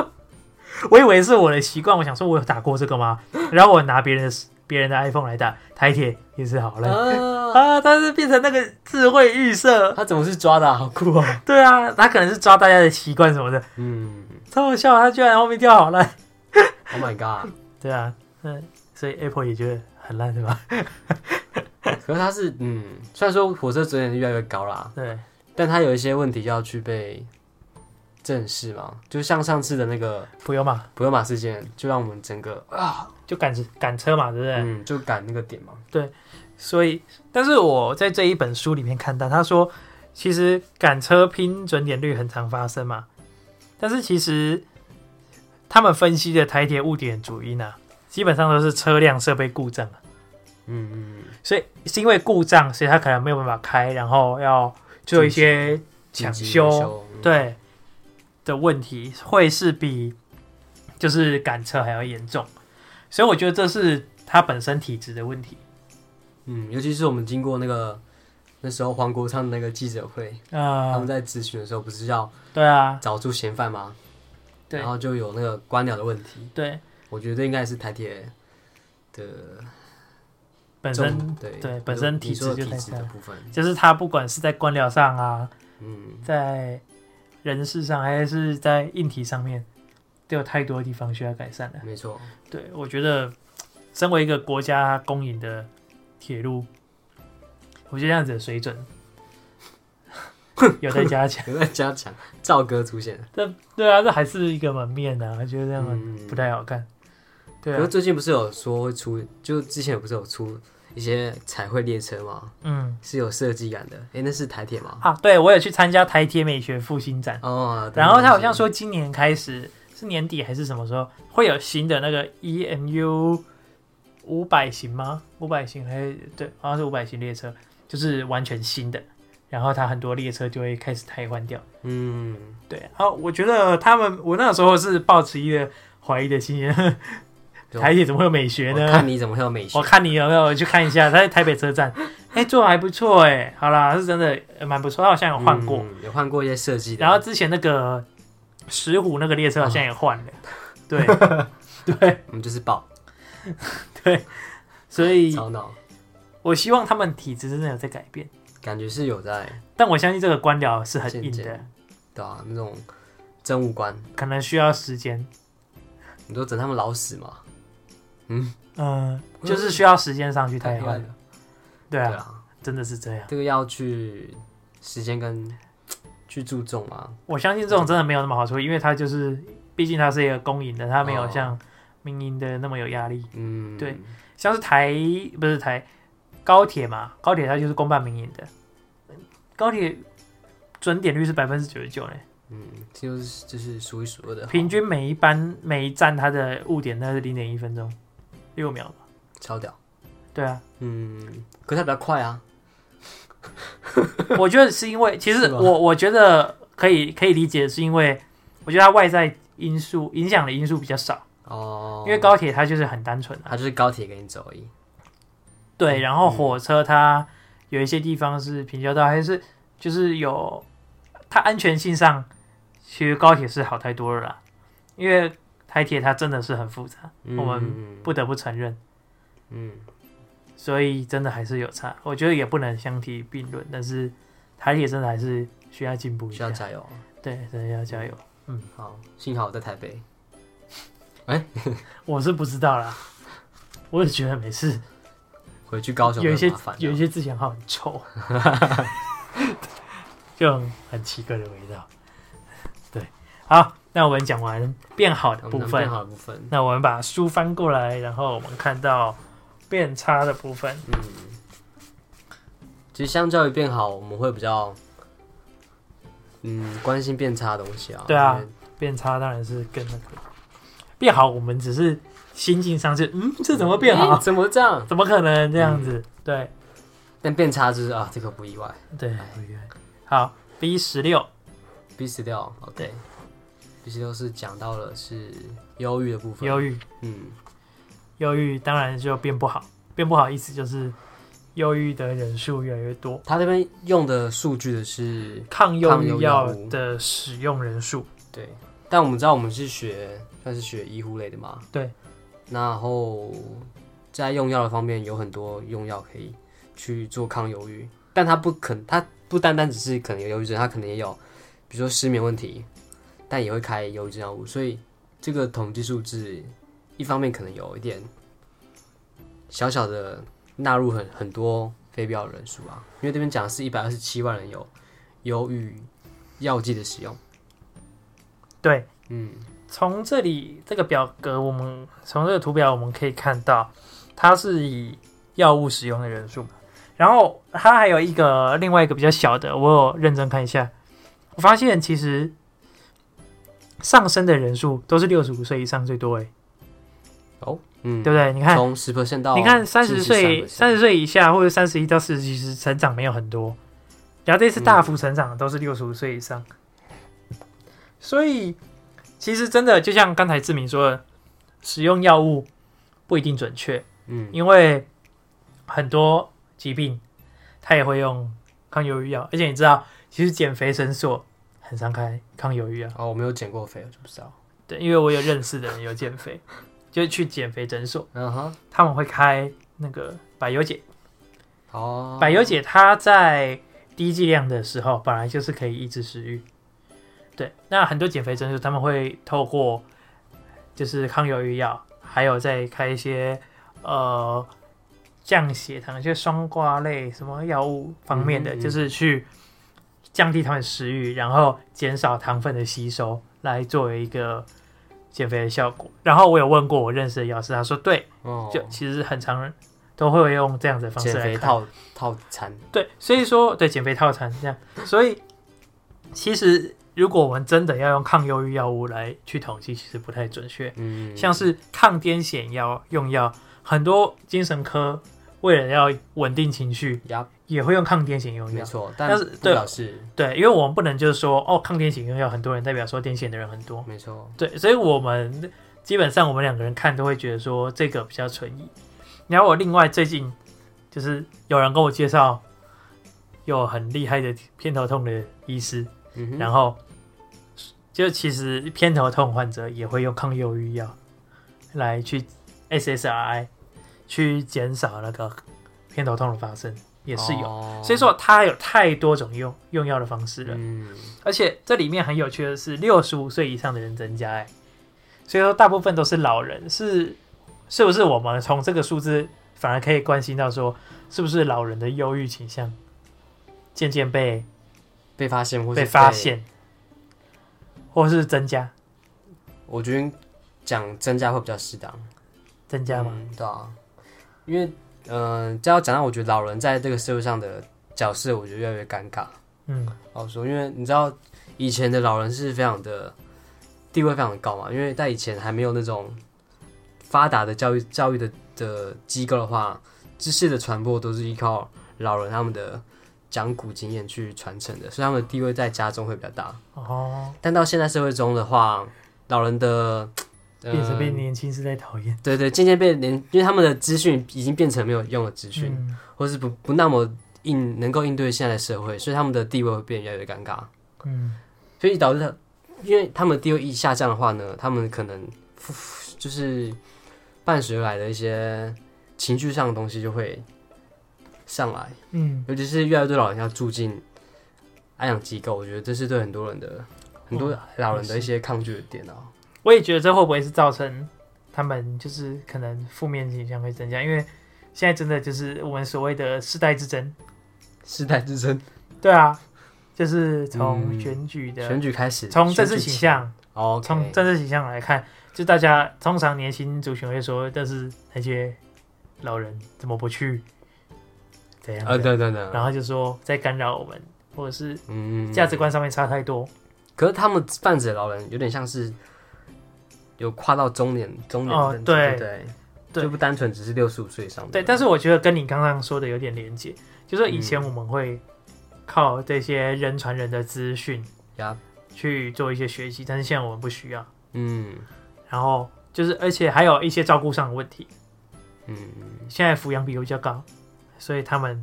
A: 我以为是我的习惯，我想说我有打过这个吗？然后我拿别人的别人的 iPhone 来打台铁也是好烂。
B: 啊，
A: 啊，它是变成那个智慧预设，
B: 他怎么是抓的啊、好酷哦，
A: 对啊，它可能是抓大家的习惯什么的，
B: 嗯
A: 超好笑，啊它居然后面跳好烂，
B: ，Oh my god，
A: 对啊，嗯，所以 Apple 也觉得很烂是吧？
B: 可是他是嗯，虽然说火车准点率越来越高啦，
A: 对，
B: 但它有一些问题要去被正视嘛，就像上次的那个
A: 不用嘛，
B: 普悠玛事件，就让我们整个呃
A: 就赶赶车嘛，对不对？
B: 嗯就赶那个点嘛，
A: 所以，但是我在这一本书里面看到，他说其实赶车拼准点率很常发生嘛，但是其实他们分析的台铁误点主因啊，基本上都是车辆设备故障啊。
B: 嗯嗯
A: 所以是因为故障，所以他可能没有办法开，然后要做一些抢修，
B: 嗯
A: 对的问题，会是比就是赶车还要严重。所以我觉得这是他本身体质的问题。
B: 嗯，尤其是我们经过那个那时候黄国昌的那个记者会，他
A: 啊、
B: 们在咨询的时候不是要
A: 对啊，
B: 找出嫌犯吗？
A: 对
B: 然后就有那个官僚的问题，
A: 对，
B: 我觉得应该是台铁的
A: 本
B: 重
A: 身
B: 对
A: 对本身体
B: 你说
A: 质就
B: 的体
A: 太
B: 质
A: 差
B: 的
A: 了
B: 部分，
A: 就是他不管是在官僚上啊，
B: 嗯，
A: 在人事上，还是在硬体上面，都有太多地方需要改善了。
B: 没错，
A: 对，我觉得身为一个国家公营的铁路，我觉得这样子的水准 有待加强。
B: 有在加强，赵哥出现了。
A: 这对啊，这还是一个门面啊，我觉得这样
B: 嗯
A: 不太好看。对
B: 可
A: 啊
B: 是，最近不是有说会出，就之前不是有出一些彩绘列车吗？
A: 嗯
B: 是有设计感的。诶，那是台铁吗？
A: 啊，对我有去参加台铁美学复兴展，
B: 哦，
A: 然后他好像说今年开始是年底还是什么时候会有新的那个 EMU 五百型吗？五百型还是对，好像是五百型列车，就是完全新的。然后它很多列车就会开始汰换掉。
B: 嗯，
A: 对，然后我觉得他们，我那时候是抱持一个怀疑的心情， 呵呵台铁怎么会有美学
B: 我
A: 呢？
B: 看你怎么会有美学
A: 我。看你有没有去看一下，他在台北车站，哎，做的还不错哎，好啦，是真的呃蛮不错，他好像有换过，
B: 嗯有换过一些设计的。
A: 然后之前那个石虎那个列车好像也换
B: 啊
A: 了，对对
B: 我们就是爆
A: 对，所 以
B: 超脑，
A: 我希望他们体质真的有在改变，
B: 感觉是有在
A: 但我相信这个官僚是很硬
B: 渐
A: 的
B: 渐，对啊，那种政务官，
A: 可能需要时间，
B: 你都整他们老死嘛，
A: 嗯，就是需要时间上去汰
B: 太厉害
A: 换，
B: 了。
A: 对
B: 对
A: 啊，
B: 啊，
A: 真的是这样。
B: 这个要去时间跟去注重啊。
A: 我相信这种真的没有那么好处，因为它就是，毕竟它是一个公营的，它没有
B: 哦
A: 像民营的那么有压力。
B: 嗯，
A: 对，像是台不是台高铁嘛，高铁它就是公办民营的，高铁准点率是百分之九十九嘞，
B: 嗯，就是就是数一数二的好，
A: 平均每一班每一站它的误点那是零点一分钟，六秒嘛，
B: 超屌。
A: 对 啊，
B: 嗯，可是它比较快啊。
A: 我觉得是因为其
B: 是
A: 实
B: 吗
A: 我我觉得可以可以理解，是因为我觉得它外在因素影响的因素比较少，
B: 哦，嗯
A: 因为高铁它就是很单纯啊，
B: 它就是高铁给你走而已。嗯
A: 对，然后火车它有一些地方是平交道，还是就是有它安全性上，其实高铁是好太多了啦。因为台铁它真的是很复杂，我们不得不承认，
B: 嗯，
A: 所以真的还是有差。我觉得也不能相提并论，但是台铁真的还是需要进步一
B: 需要
A: 下。
B: 加油啊。
A: 对，真的要加油。
B: 好，幸好我在台北。
A: 我是不知道啦， 我只觉得每次
B: 回去高雄
A: 有一些
B: 很麻烦啊
A: 有一些之前好很臭， 就很很奇怪的味道。对，好，那我们讲完变好的
B: 我
A: 部
B: 们
A: 分
B: 嗯变，好的部分，
A: 那我们把书翻过来，然后我们看到变差的部分。
B: 嗯，其实相较于变好，我们会比较，嗯，关心变差的东西啊。
A: 对啊
B: 因为，
A: 变差当然是更那个变好，我们只是心境上是嗯，这怎么变好？
B: 诶怎么这样？
A: 怎么可能这样子？对
B: 但变差就是啊，这个不意外。
A: 对，好，B 十六
B: B 十六
A: 对
B: ，OK，B 十六是讲到了是忧郁的部分。
A: 忧郁，
B: 嗯，
A: 忧郁当然就变不好，变不好意思就是忧郁的人数越来越多，
B: 他这边用的数据的是
A: 抗忧
B: 抗
A: 郁
B: 忧
A: 药
B: 药物
A: 的使用人数，
B: 对，但我们知道我们是学算是学医护类的嘛，
A: 对。
B: 然后在用药的方面有很多用药可以去做抗忧郁，但它不可它不单单只是可能有忧郁症，它可能也有比如说失眠问题，但也会开忧郁症药物，所以这个统计数字一方面可能有一点小小的纳入很很多非必要的人数啊，因为这边讲的是一百二十七万人有忧郁药剂的使用，
A: 对。
B: 嗯。
A: 从这里这个表格，我们从这个图表我们可以看到，它是以药物使用的人数嘛。然后它还有一个另外一个比较小的，我有认真看一下，我发现其实上升的人数都是六十五岁以上最多，诶，
B: 哦，嗯，
A: 对不对？你看，
B: 从十 percent 到
A: 你看三十岁、三十
B: 十
A: 岁以下或者三十一到四十，其实成长没有很多。然后这次大幅成长的都是六十五岁以上，所以其实真的就像刚才志明说的，使用药物不一定准确，
B: 嗯，
A: 因为很多疾病他也会用抗忧郁药，而且你知道，其实减肥诊所很常开抗忧郁药，
B: 哦，我没有减过肥，我就不知道。
A: 对，因为我有认识的人有减肥，就是去减肥诊所，
B: 嗯哼，
A: 他们会开那个百忧解。
B: 哦，
A: 百优姐她在低剂量的时候，本来就是可以抑制食欲。对，那很多减肥针就是他们会透过就是抗忧郁药，还有再开一些呃降血糖、一些双胍类什么药物方面的，
B: 嗯嗯嗯
A: 就是去降低他们食欲，然后减少糖分的吸收，来作为一个减肥的效果。然后我有问过我认识的药师，他说对，
B: 哦，
A: 就其实很常都会用这样子的方式
B: 减
A: 来
B: 肥
A: 看。
B: 套套餐，
A: 对，所以说对减肥套餐这样，所以其实如果我们真的要用抗忧郁药物来去统计，其实不太准确。
B: 嗯，
A: 像是抗癫痫药用药，很多精神科为了要稳定情绪，
B: 呀，
A: 也会用抗癫痫用
B: 没
A: 药。
B: 错，但
A: 但是
B: 不
A: 对
B: 表示
A: 对，因为我们不能就是说哦，抗癫痫用药很多人代表说癫痫的人很多，
B: 没错，
A: 对，所以我们基本上我们两个人看都会觉得说这个比较存疑。然后我另外最近就是有人跟我介绍有很厉害的偏头痛的医师，
B: 嗯哼，
A: 然后就其实偏头痛患者也会用抗忧郁药来去 SSRI 去减少那个偏头痛的发生，也是有。
B: 有
A: 所以，说它有太多种用用药的方式了。
B: 嗯，
A: 而且这里面很有趣的是，六十五岁以上的人增加、哎，所以说大部分都是老人，是是不是？我们从这个数字反而可以关心到说，是不是老人的忧郁倾向渐渐被
B: 被发现或是
A: 被发，现，或是增加
B: 我觉得讲增加会比较适当，
A: 增加吗？
B: 嗯？对啊，因为嗯，这要讲到我觉得老人在这个社会上的角色，我觉得越来越尴尬。
A: 嗯，
B: 好说，因为你知道以前的老人是非常的地位非常的高嘛，因为在以前还没有那种发达的教育教育的的机构的话，知识的传播都是依靠老人他们的讲古经验去传承的，所以他们的地位在家中会比较大。
A: 哦，
B: 但到现在社会中的话，老人的、呃
A: 变成被年轻时代讨厌，
B: 对对，渐渐被连，因为他们的资讯已经变成没有用的资讯，
A: 嗯
B: 或是不不那么应能够应对现在的社会，所以他们的地位会变得越来越尴尬。
A: 嗯，
B: 所以导致他，因为他们地位一下降的话呢，他们可能就是伴随而来的一些情绪上的东西就会上来，
A: 嗯
B: 尤其是越来越多老人要住进安养机构，我觉得这是对很多人的
A: 嗯
B: 很多老人的一些抗拒的点啊。
A: 我也觉得这会不会是造成他们就是可能负面倾向会增加？因为现在真的就是我们所谓的世代之争，
B: 世代之争，
A: 对啊，就是从
B: 嗯
A: 选举的，
B: 选举开始，
A: 从政治
B: 选举
A: 倾
B: 前
A: 向，
B: 哦，
A: 从政治倾向来看，就大家通常年轻族群会说，但是那些老人怎么不去？怎样
B: 啊，
A: 的？
B: 对对对，
A: 然后就说在干扰我们，或者是
B: 嗯，
A: 价值观上面差太多。
B: 可是他们泛指的老人有点像是有跨到中年，中年
A: 哦
B: 等级
A: 对
B: 不对，
A: 对
B: 就不单纯只是六十五岁以上的。
A: 对，但是我觉得跟你刚刚说的有点连结，就是说以前
B: 嗯
A: 我们会靠这些人传人的资讯
B: 呀，
A: 去做一些学习，但是现在我们不需要。
B: 嗯
A: 然后就是，而且还有一些照顾上的问题，
B: 嗯，
A: 现在抚养比例比较高，所以他们，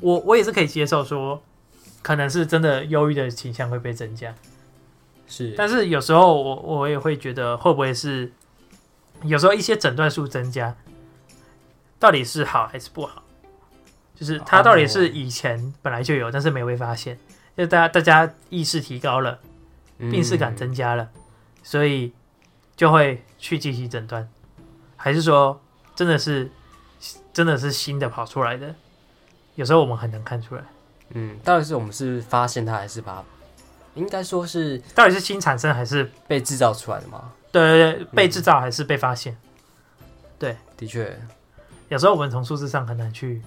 A: 我我也是可以接受说，可能是真的忧郁的倾向会被增加，
B: 是，
A: 但是有时候我我也会觉得会不会是，有时候一些诊断数增加，到底是好还是不好？就是它到底是
B: 哦
A: 以前本来就有，但是没被发现，就是大家大家意识提高了，病视感增加了，所以就会去进行诊断，还是说真的是真的是新的跑出来的？有时候我们很难看出来，
B: 嗯，嗯，到底是我们是发现它，还是把它，应该说是
A: 到底是新产生还是
B: 被制造出来的嘛？
A: 对对对被制造还是被发现？
B: 的确，
A: 有时候我们从数字上很难去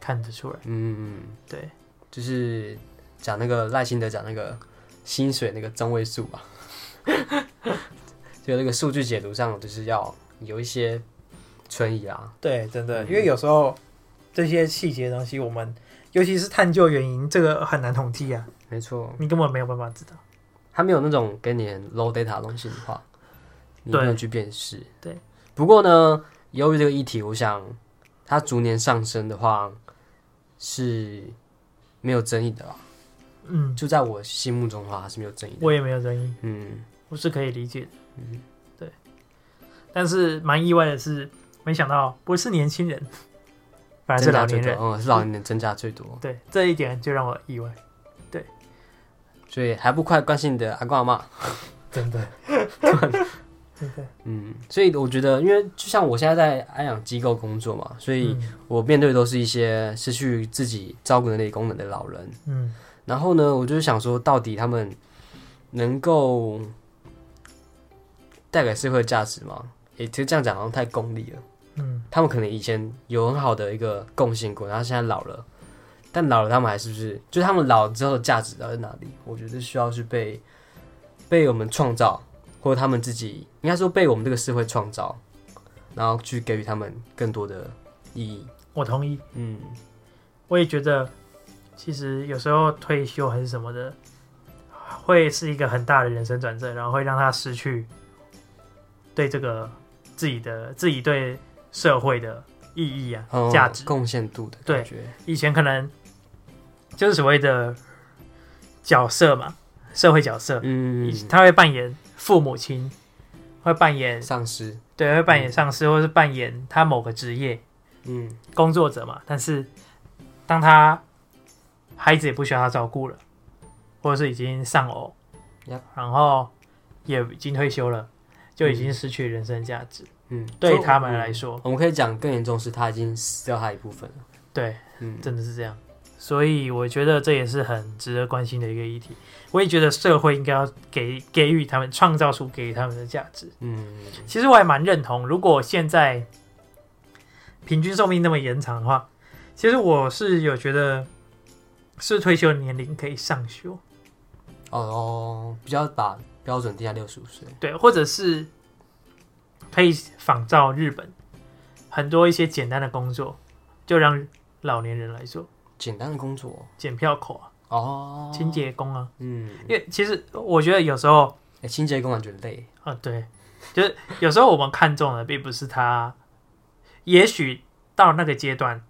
A: 看得出来。
B: 嗯，嗯
A: 对，
B: 就是讲那个赖清德讲那个薪水那个中位数吧， 就那个数据解读上，就是要有一些存疑啊。
A: 对，真的，因为有时候这些细节的东西，我们尤其是探究原因，这个很难统计啊，
B: 没错，
A: 你根本没有办法知道。
B: 他没有那种给你很 low data 的东西的话，你不
A: 对
B: 能去辨识。
A: 对，
B: 不过呢，由于这个议题，我想它逐年上升的话是没有争议的啦。
A: 嗯，
B: 就在我心目中的话，它是没有争议的。
A: 我也没有争议，
B: 嗯，
A: 我是可以理解的。嗯，对。但是蛮意外的是，没想到不是年轻人， 反而是
B: 增加
A: 老
B: 最
A: 年
B: 多，
A: 人。
B: 嗯，是老年人增加最多，
A: 对，这一点就让我意外，
B: 所以还不快关心你的阿公阿妈。
A: 真的，真的。
B: 嗯，所以我觉得，因为就像我现在在安养机构工作嘛，所以
A: 嗯
B: 我面对都是一些失去自己照顾能力功能的老人。
A: 嗯，
B: 然后呢，我就是想说，到底他们能够带给社会价值吗？也其实这样讲好像太功利了。
A: 嗯，
B: 他们可能以前有很好的一个贡献过，然后现在老了，但老了他们还是不是？就是他们老了之后的价值到底在哪里？我觉得需要去被被我们创造，或者他们自己应该说被我们这个社会创造，然后去给予他们更多的意义。
A: 我同意。
B: 嗯，
A: 我也觉得，其实有时候退休还是什么的，会是一个很大的人生转折，然后会让他失去对这个自己的自己对社会的意义啊、
B: 嗯
A: 价值。
B: 贡献度的感觉。
A: 以前可能就是所谓的角色嘛，社会角色，
B: 嗯，
A: 他会扮演父母亲，会扮演
B: 丧失。
A: 对，会扮演上司，或是扮演他某个职业，
B: 嗯。
A: 工作者嘛，但是当他孩子也不需要他照顾了，或者是已经丧偶
B: Yep
A: 然后也已经退休了，就已经失去人生价值。
B: 嗯，
A: 对
B: 所以
A: 他们来说
B: 嗯我们可以讲更严重是他已经死掉他一部分了。
A: 对，
B: 嗯，
A: 真的是这样。所以我觉得这也是很值得关心的一个议题。我也觉得社会应该要给给予他们创造出给予他们的价值。
B: 嗯，
A: 其实我还蛮认同，如果现在平均寿命那么延长的话，其实我是有觉得是退休年龄可以上修，
B: 哦哦，比较把标准定在六十五岁。
A: 对，或者是可以仿照日本很多一些简单的工作，就让老年人来做，
B: 简单的工作
A: 检票口啊、
B: 哦，
A: 清，洁工啊，
B: 嗯，
A: 因为其实我觉得有时候
B: 哎，清洁工感觉累，
A: 啊，对，就是有时候我们看中的并不是他，也许到那个阶段，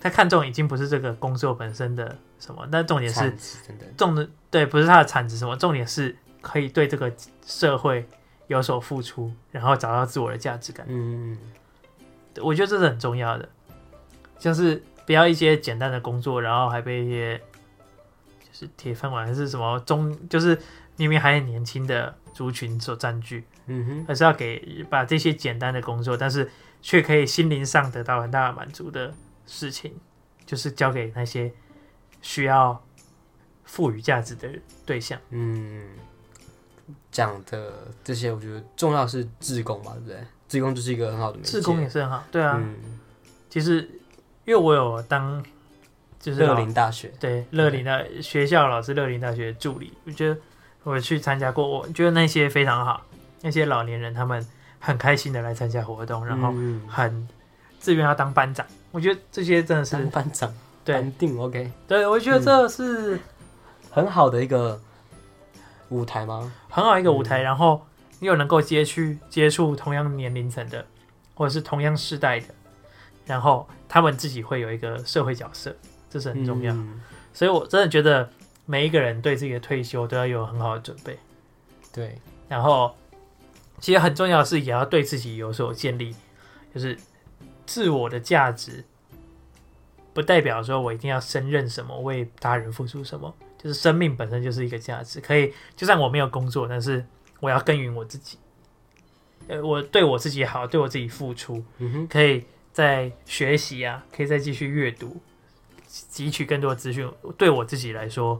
A: 他看中已经不是这个工作本身的什么，但重点是
B: 铲子等等，
A: 重的对，不是他的产值什么，重点是可以对这个社会有所付出，然后找到自我的价值感。
B: 嗯，
A: 我觉得这是很重要的，就是不要一些简单的工作，然后还被一些就是铁饭碗还是什么中，就是明明还很年轻的族群所占据，
B: 嗯哼，
A: 而是要给把这些简单的工作，但是却可以心灵上得到很大的满足的事情，就是交给那些需要赋予价值的对象。
B: 嗯，讲的这些，我觉得重要是志工吧，对不对？志工就是一个很好的媒介。
A: 自工也是很好，对啊，
B: 嗯，
A: 其实因为我有当就是
B: 乐
A: 老
B: 龄大学，
A: 对乐林的学校老师，乐林大学助理，我觉得我去参加过，我觉得那些非常好，那些老年人他们很开心的来参加活动，然后
B: 嗯
A: 很自愿要当班长，我觉得这些真的是
B: 当班长，
A: 对
B: 班定 OK，
A: 对，我觉得这是
B: 很好的一个舞台吗？
A: 很好一个舞
B: 嗯
A: 台，然后你又能够接去接触同样年龄层的，或者是同样世代的，然后他们自己会有一个社会角色，这是很重要。
B: 嗯
A: 所以我真的觉得每一个人对自己的退休都要有很好的准备，
B: 对，
A: 然后其实很重要的是也要对自己有所建立，就是自我的价值，不代表说我一定要胜任什么，为他人付出什么，就是生命本身就是一个价值，可以就算我没有工作，但是我要耕耘我自己，呃，我对我自己好，对我自己付出，
B: 嗯哼，
A: 可以再学习啊，可以再继续阅读，汲取更多资讯。对我自己来说，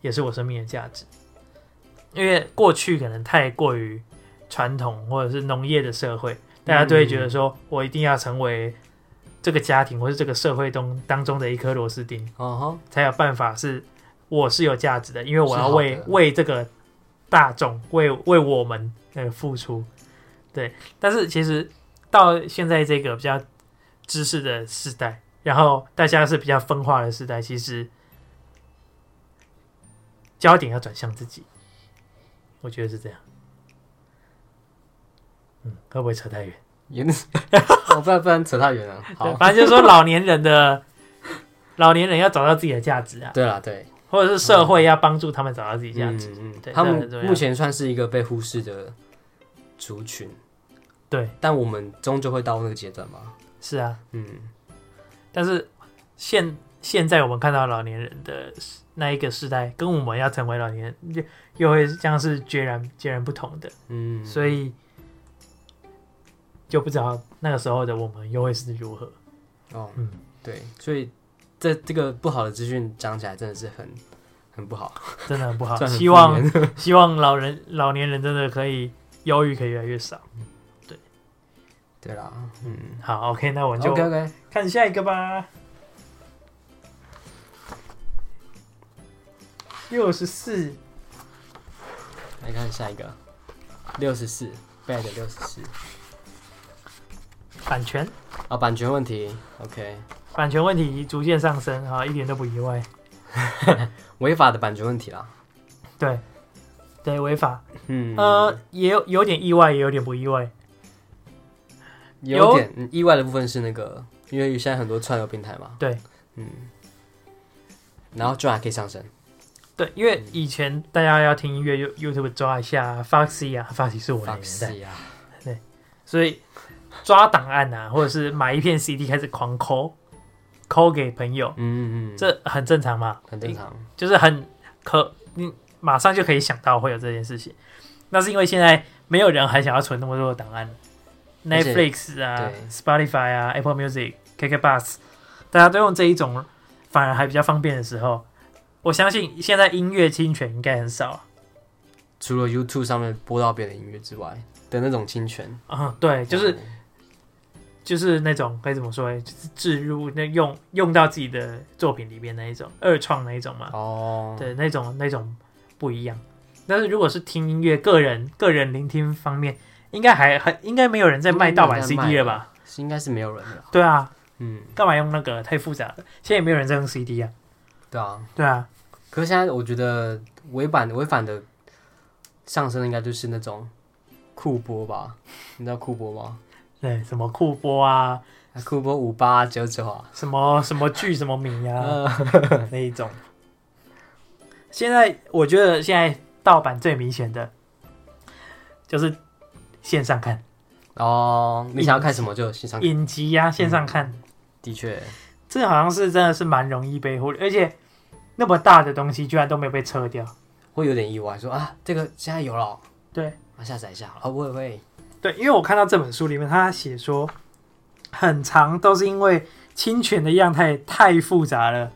A: 也是我生命的价值。因为过去可能太过于传统或者是农业的社会，大家都会觉得说我一定要成为这个家庭或是这个社会中当中的一颗螺丝钉，
B: 哦
A: 才有办法是我是有价值的，因为我
B: 是
A: 要
B: 好的
A: 为为这个大众为为我们呃付出，对。但是其实到现在这个比较知识的时代，然后大家是比较分化的时代，其实焦点要转向自己，我觉得是这样。嗯，会不会扯太远？
B: 原，哦，不然不然扯太远了。
A: 对，
B: 好，
A: 反正就是说老年人的老年人要找到自己的价值啊。
B: 对啦，对，
A: 或者是社会要帮助他们找到自己价值。
B: 嗯嗯
A: 对
B: 他
A: 这
B: 们
A: 很重要
B: 目前算是一个被忽视的族群，
A: 对，
B: 但我们终究会到那个阶段嘛。
A: 是啊，
B: 嗯，
A: 但是现现在我们看到老年人的那一个时代，跟我们要成为老年人又又会这样是截然截然不同的，
B: 嗯，
A: 所以就不知道那个时候的我们又会是如何。
B: 哦，
A: 嗯
B: 对，所以这这个不好的资讯讲起来真的是很很不好，
A: 真的很 不好。
B: 算很
A: 希望 希望老人老年人真的可以忧郁可以越来越少。
B: 对啦，嗯
A: 好，OK，那我们就
B: ，OK OK，
A: 看下一个吧。六十四，
B: 来看下一个，六十四，bad 六十四
A: 版权，
B: 啊，版权问题，OK，
A: 版权问题逐渐上升啊，一点都不意外。
B: 违法的版权问题啦，
A: 对，对，违法，
B: 嗯，
A: 呃，也有有点意外，也有点不意外。
B: 有
A: 有
B: 点、嗯意外的部分是那个，因为现在很多串流平台嘛，
A: 对，
B: 嗯，然后居然还可以上升，
A: 对，因为以前大家要听音乐，You YouTube 抓一下 Foxy 啊，Foxy 是我的年代，
B: 呀，
A: 所以抓档案啊，或者是买一片 CD 开始狂抠，抠给朋友，
B: 嗯嗯，
A: 这很正常嘛。
B: 很正常，
A: 就是很可，你马上就可以想到会有这件事情。那是因为现在没有人还想要存那么多的档案
B: 而且
A: ，Netflix 啊
B: 对、
A: Spotify 啊、Apple Music、KK Bus，大家都用这一种，反而还比较方便的时候，我相信现在音乐侵权应该很少啊
B: 除了 YouTube 上面播到别的音乐之外的那种侵权，
A: 啊。对，就是
B: 嗯
A: 就是那种该怎么说呢，就是置入那用用到自己的作品里面那一种二创那一种嘛。
B: 哦，
A: 啊对，那种那种不一样。但是如果是听音乐，个人个人聆听方面，应该还很应该没有人在卖盗版
B: 应该没
A: CD 了
B: 有人在卖啊
A: 吧？
B: 是应该是没有人的啦，
A: 对啊，
B: 嗯，
A: 干嘛用那个太复杂了？现在也没有人在用 CD 啊。
B: 对啊，
A: 对啊，
B: 可是现在我觉得违反违反的上升应该就是那种酷播吧，你知道酷播吗？
A: 对，什么酷播啊，
B: 啊酷播五八九九啊，
A: 什么什么剧什么名啊，
B: 呃，
A: 那一种。现在我觉得现在盗版最明显的就是线上看
B: 哦，你想要看什么就线上看，
A: 影啊集呀、线上看
B: 的确，
A: 这好像是真的是蛮容易被忽略，而且那么大的东西居然都没有被撤掉。
B: 会有点意外，说啊，这个现在有了哦，
A: 对
B: 啊，下载一下哦，我也会，
A: 对，因为我看到这本书里面，他写说，很长都是因为侵权的样态太复杂了，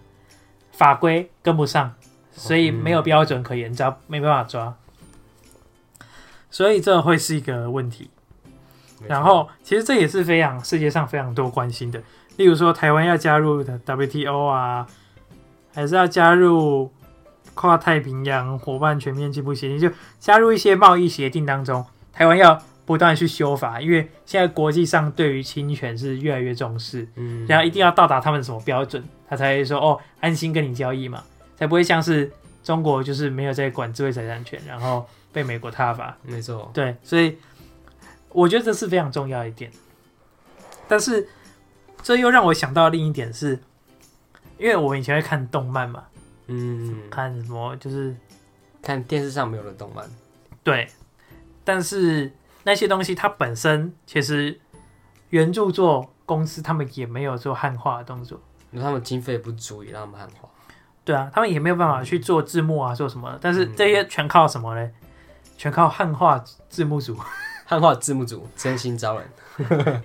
A: 法规跟不上，所以没有标准可言，抓没办法抓，所以这会是一个问题。
B: 没错
A: 然后，其实这也是非常世界上非常多关心的，例如说台湾要加入的 WTO 啊，还是要加入跨太平洋伙伴全面进步协定，就加入一些贸易协定当中，台湾要不断去修法，因为现在国际上对于侵权是越来越重视，
B: 嗯，
A: 然后一定要到达他们什么标准，他才会说哦安心跟你交易嘛，才不会像是中国就是没有在管智慧财产权，然后被美国踏伐。
B: 嗯没错，
A: 对，所以我觉得这是非常重要一点。但是这又让我想到另一点是，因为我们以前会看动漫嘛，
B: 嗯，
A: 看什么就是
B: 看电视上没有的动漫，
A: 对，但是那些东西它本身其实原著作公司他们也没有做汉化的动作，
B: 因为他们经费不足以让他们汉化，
A: 对啊，他们也没有办法去做字幕啊，做什么的，但是这些全靠什么呢？全靠汉化字幕组，
B: 汉化字幕组真心招人，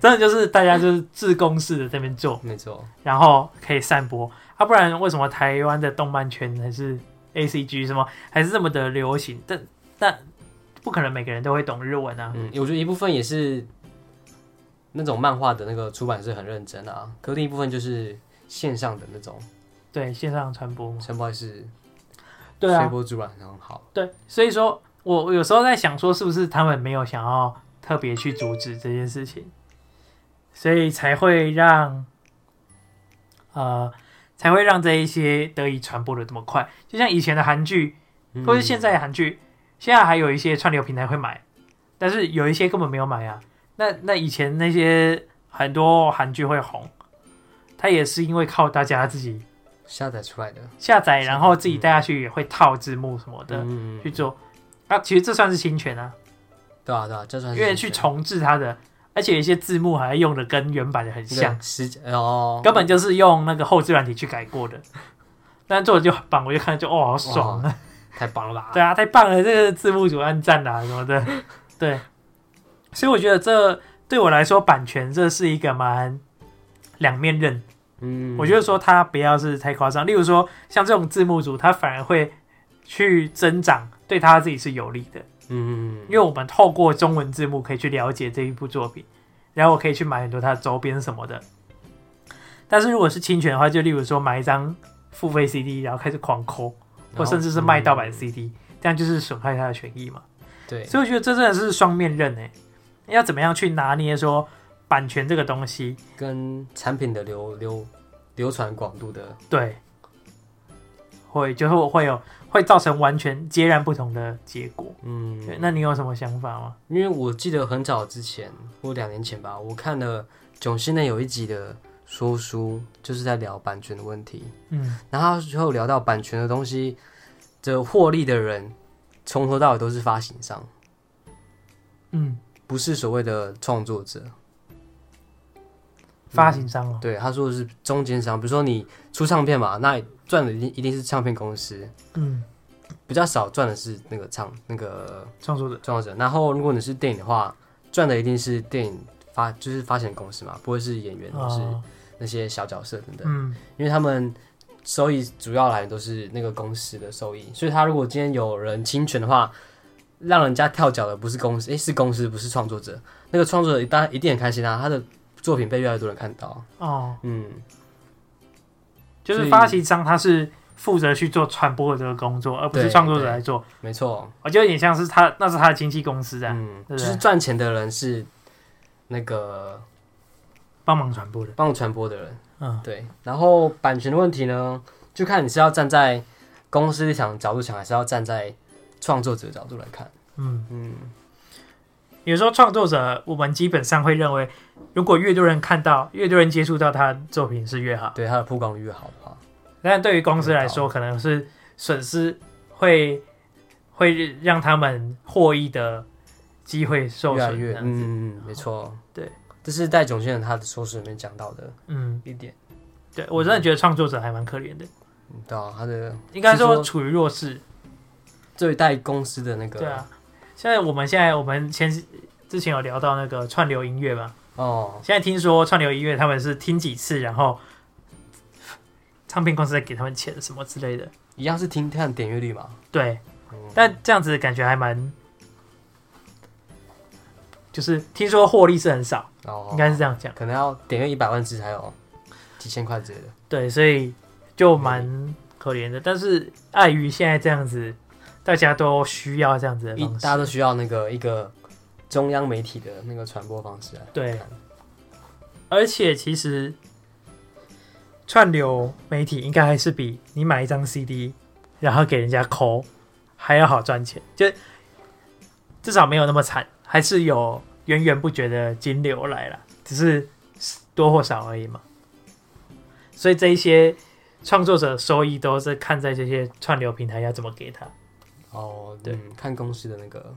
A: 真的就是大家就是自公式的这边做，
B: 没错，
A: 然后可以散播啊，不然为什么台湾的动漫圈还是 A C G 什么还是这么的流行？但但不可能每个人都会懂日文啊，
B: 嗯，我觉得一部分也是那种漫画的那个出版社很认真啊，可另一部分就是线上的那种
A: 对线上传播嘛，
B: 陈博士，
A: 对
B: 随
A: 啊，
B: 波逐流很好，
A: 对，所以说我我有时候在想说，是不是他们没有想要特别去阻止这件事情，所以才会让呃才会让这一些得以传播的这么快，就像以前的韩剧
B: 嗯
A: 或是现在的韩剧，现在还有一些串流平台会买，但是有一些根本没有买啊。那那以前那些很多韩剧会红，它也是因为靠大家自己
B: 下载出来的，
A: 下载，然后自己带下去，也会套字幕什么的、
B: 嗯，
A: 去做。啊，其实这算是侵权啊，
B: 对啊对啊，就算
A: 因
B: 是
A: 为去重置它的，而且有一些字幕还用的跟原版的很像，
B: 像时间哦，
A: 根本就是用那个后置软体去改过的。但做的就很棒，我就看就哦好爽啊！
B: 太棒了吧？
A: 对啊，太棒了，这个字幕组按赞啦、什么的，对。所以我觉得这对我来说，版权这是一个蛮两面刃。
B: 嗯，
A: 我觉得说它不要是太夸张，例如说像这种字幕组，它反而会去增长，对他自己是有利的，
B: 嗯，
A: 因为我们透过中文字幕可以去了解这一部作品，然后我可以去买很多它的周边什么的。但是如果是侵权的话，就例如说买一张付费 CD，然后开始狂抠，或甚至是卖盗版 CD，、这样就是损害他的权益嘛。
B: 嗯对，
A: 所以我觉得这真的是双面刃哎、要怎么样去拿捏说版权这个东西？
B: 跟产品的流流流传广度的，
A: 对，会就是我会有会造成完全截然不同的结果。
B: 嗯，
A: 对，那你有什么想法吗？
B: 因为我记得很早之前或两年前吧，我看了囧星内有一集的说书，就是在聊版权的问题，
A: 嗯，
B: 然后最后聊到版权的东西，这获利的人从头到尾都是发行商，
A: 嗯，
B: 不是所谓的创作者。
A: 发行商哦，
B: 对，他说的是中间商，比如说你出唱片嘛，那赚的一定一定是唱片公司，
A: 嗯，
B: 比较少赚的是那个唱那个
A: 创作者，
B: 创作者。然后如果你是电影的话，赚的一定是电影发就是发行公司嘛，不会是演员或是
A: 哦
B: 那些小角色等等，
A: 嗯
B: 因为他们收益主要来源都是那个公司的收益。所以他如果今天有人侵权的话，让人家跳脚的不是公司，诶、是公司，不是创作者。那个创作者当然一定很开心啊，他的作品被越来越多人看到。
A: 哦，
B: 嗯，
A: 就是
B: 所以
A: 发行商他是负责去做传播的这个工作，而不是
B: 对
A: 创作者
B: 对
A: 来做。
B: 没错。
A: 我觉得有点像是他那是他的经纪公司啊，
B: 嗯，
A: 对不对
B: 就是赚钱的人是那个
A: 帮忙传播的。
B: 帮我传播的人，
A: 嗯
B: 对。然后版权的问题呢，就看你是要站在公司立场角度想，还是要站在创作者角度来看。
A: 嗯。
B: 嗯，
A: 有时候创作者，我们基本上会认为，如果越多人看到，越多人接触到他的作品是越好。
B: 对，它的曝光率越好的话，
A: 但对于公司来说，可能是损失会会让他们获益的机会受
B: 越来
A: 损。
B: 越
A: 这样子
B: 嗯，嗯没错，
A: 对。
B: 这是在囧先生他的说书里面讲到的
A: 嗯，
B: 一点，
A: 对我真的觉得创作者还蛮可怜的。
B: 嗯对啊，他的
A: 应该
B: 是
A: 说
B: 说
A: 处于弱势。
B: 对待公司的那个，
A: 对啊，现在我们现在我们前之前有聊到那个串流音乐嘛，
B: 哦，
A: 现在听说串流音乐他们是听几次，然后唱片公司再给他们钱什么之类的。
B: 一样是听看点阅率嘛，
A: 对
B: 嗯，
A: 但这样子感觉还蛮，就是听说获利是很少，
B: 哦
A: 应，该是这样讲。
B: 可能要点阅一百万次才有几千块之类的。
A: 对，所以就蛮可怜的。但是碍于现在这样子，大家都需要这样子的
B: 一
A: 方式
B: 大。家都需要那个一个中央媒体的那个传播方式啊。
A: 对，而且其实串流媒体应该还是比你买一张 CD，然后给人家抠还要好赚钱，就至少没有那么惨，还是有源源不绝的金流来了，只是多或少而已嘛。所以这一些创作者收益都是看在这些串流平台要怎么给他，
B: 哦，
A: 对
B: 嗯，看公司的那个，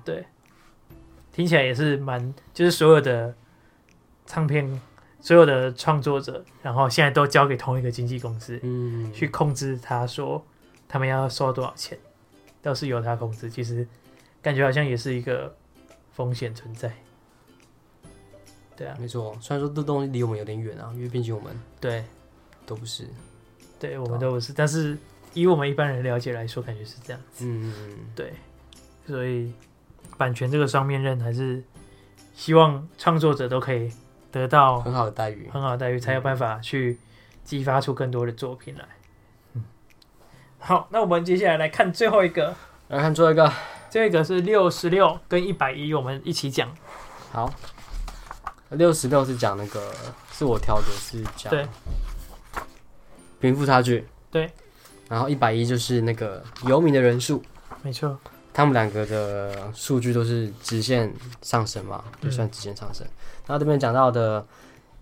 A: 听起来也是蛮，就是所有的唱片、所有的创作者，然后现在都交给同一个经纪公司，
B: 嗯，
A: 去控制他说他们要收多少钱，都是由他控制。其实感觉好像也是一个风险存在。对啊，
B: 没错。虽然说这东西离我们有点远啊，因为毕竟我们
A: 对
B: 都不是，
A: 对，我们都不是，但是以我们一般人了解来说，感觉是这样。
B: 嗯，
A: 对，所以版权这个双面刃，还是希望创作者都可以得到
B: 很好的待遇。
A: 很好的待遇，才有办法去激发出更多的作品来。嗯，好，那我们接下来来看最后一个，
B: 来看最后一个，
A: 最后一个是六十六跟一百一，我们一起讲。
B: 好，六十六是讲那个是我挑的，是讲
A: 对
B: 贫富差距，
A: 对，
B: 然后一百一就是那个游民的人数。
A: 没错，
B: 他们两个的数据都是直线上升嘛，
A: 嗯
B: 就算直线上升。然后这边讲到的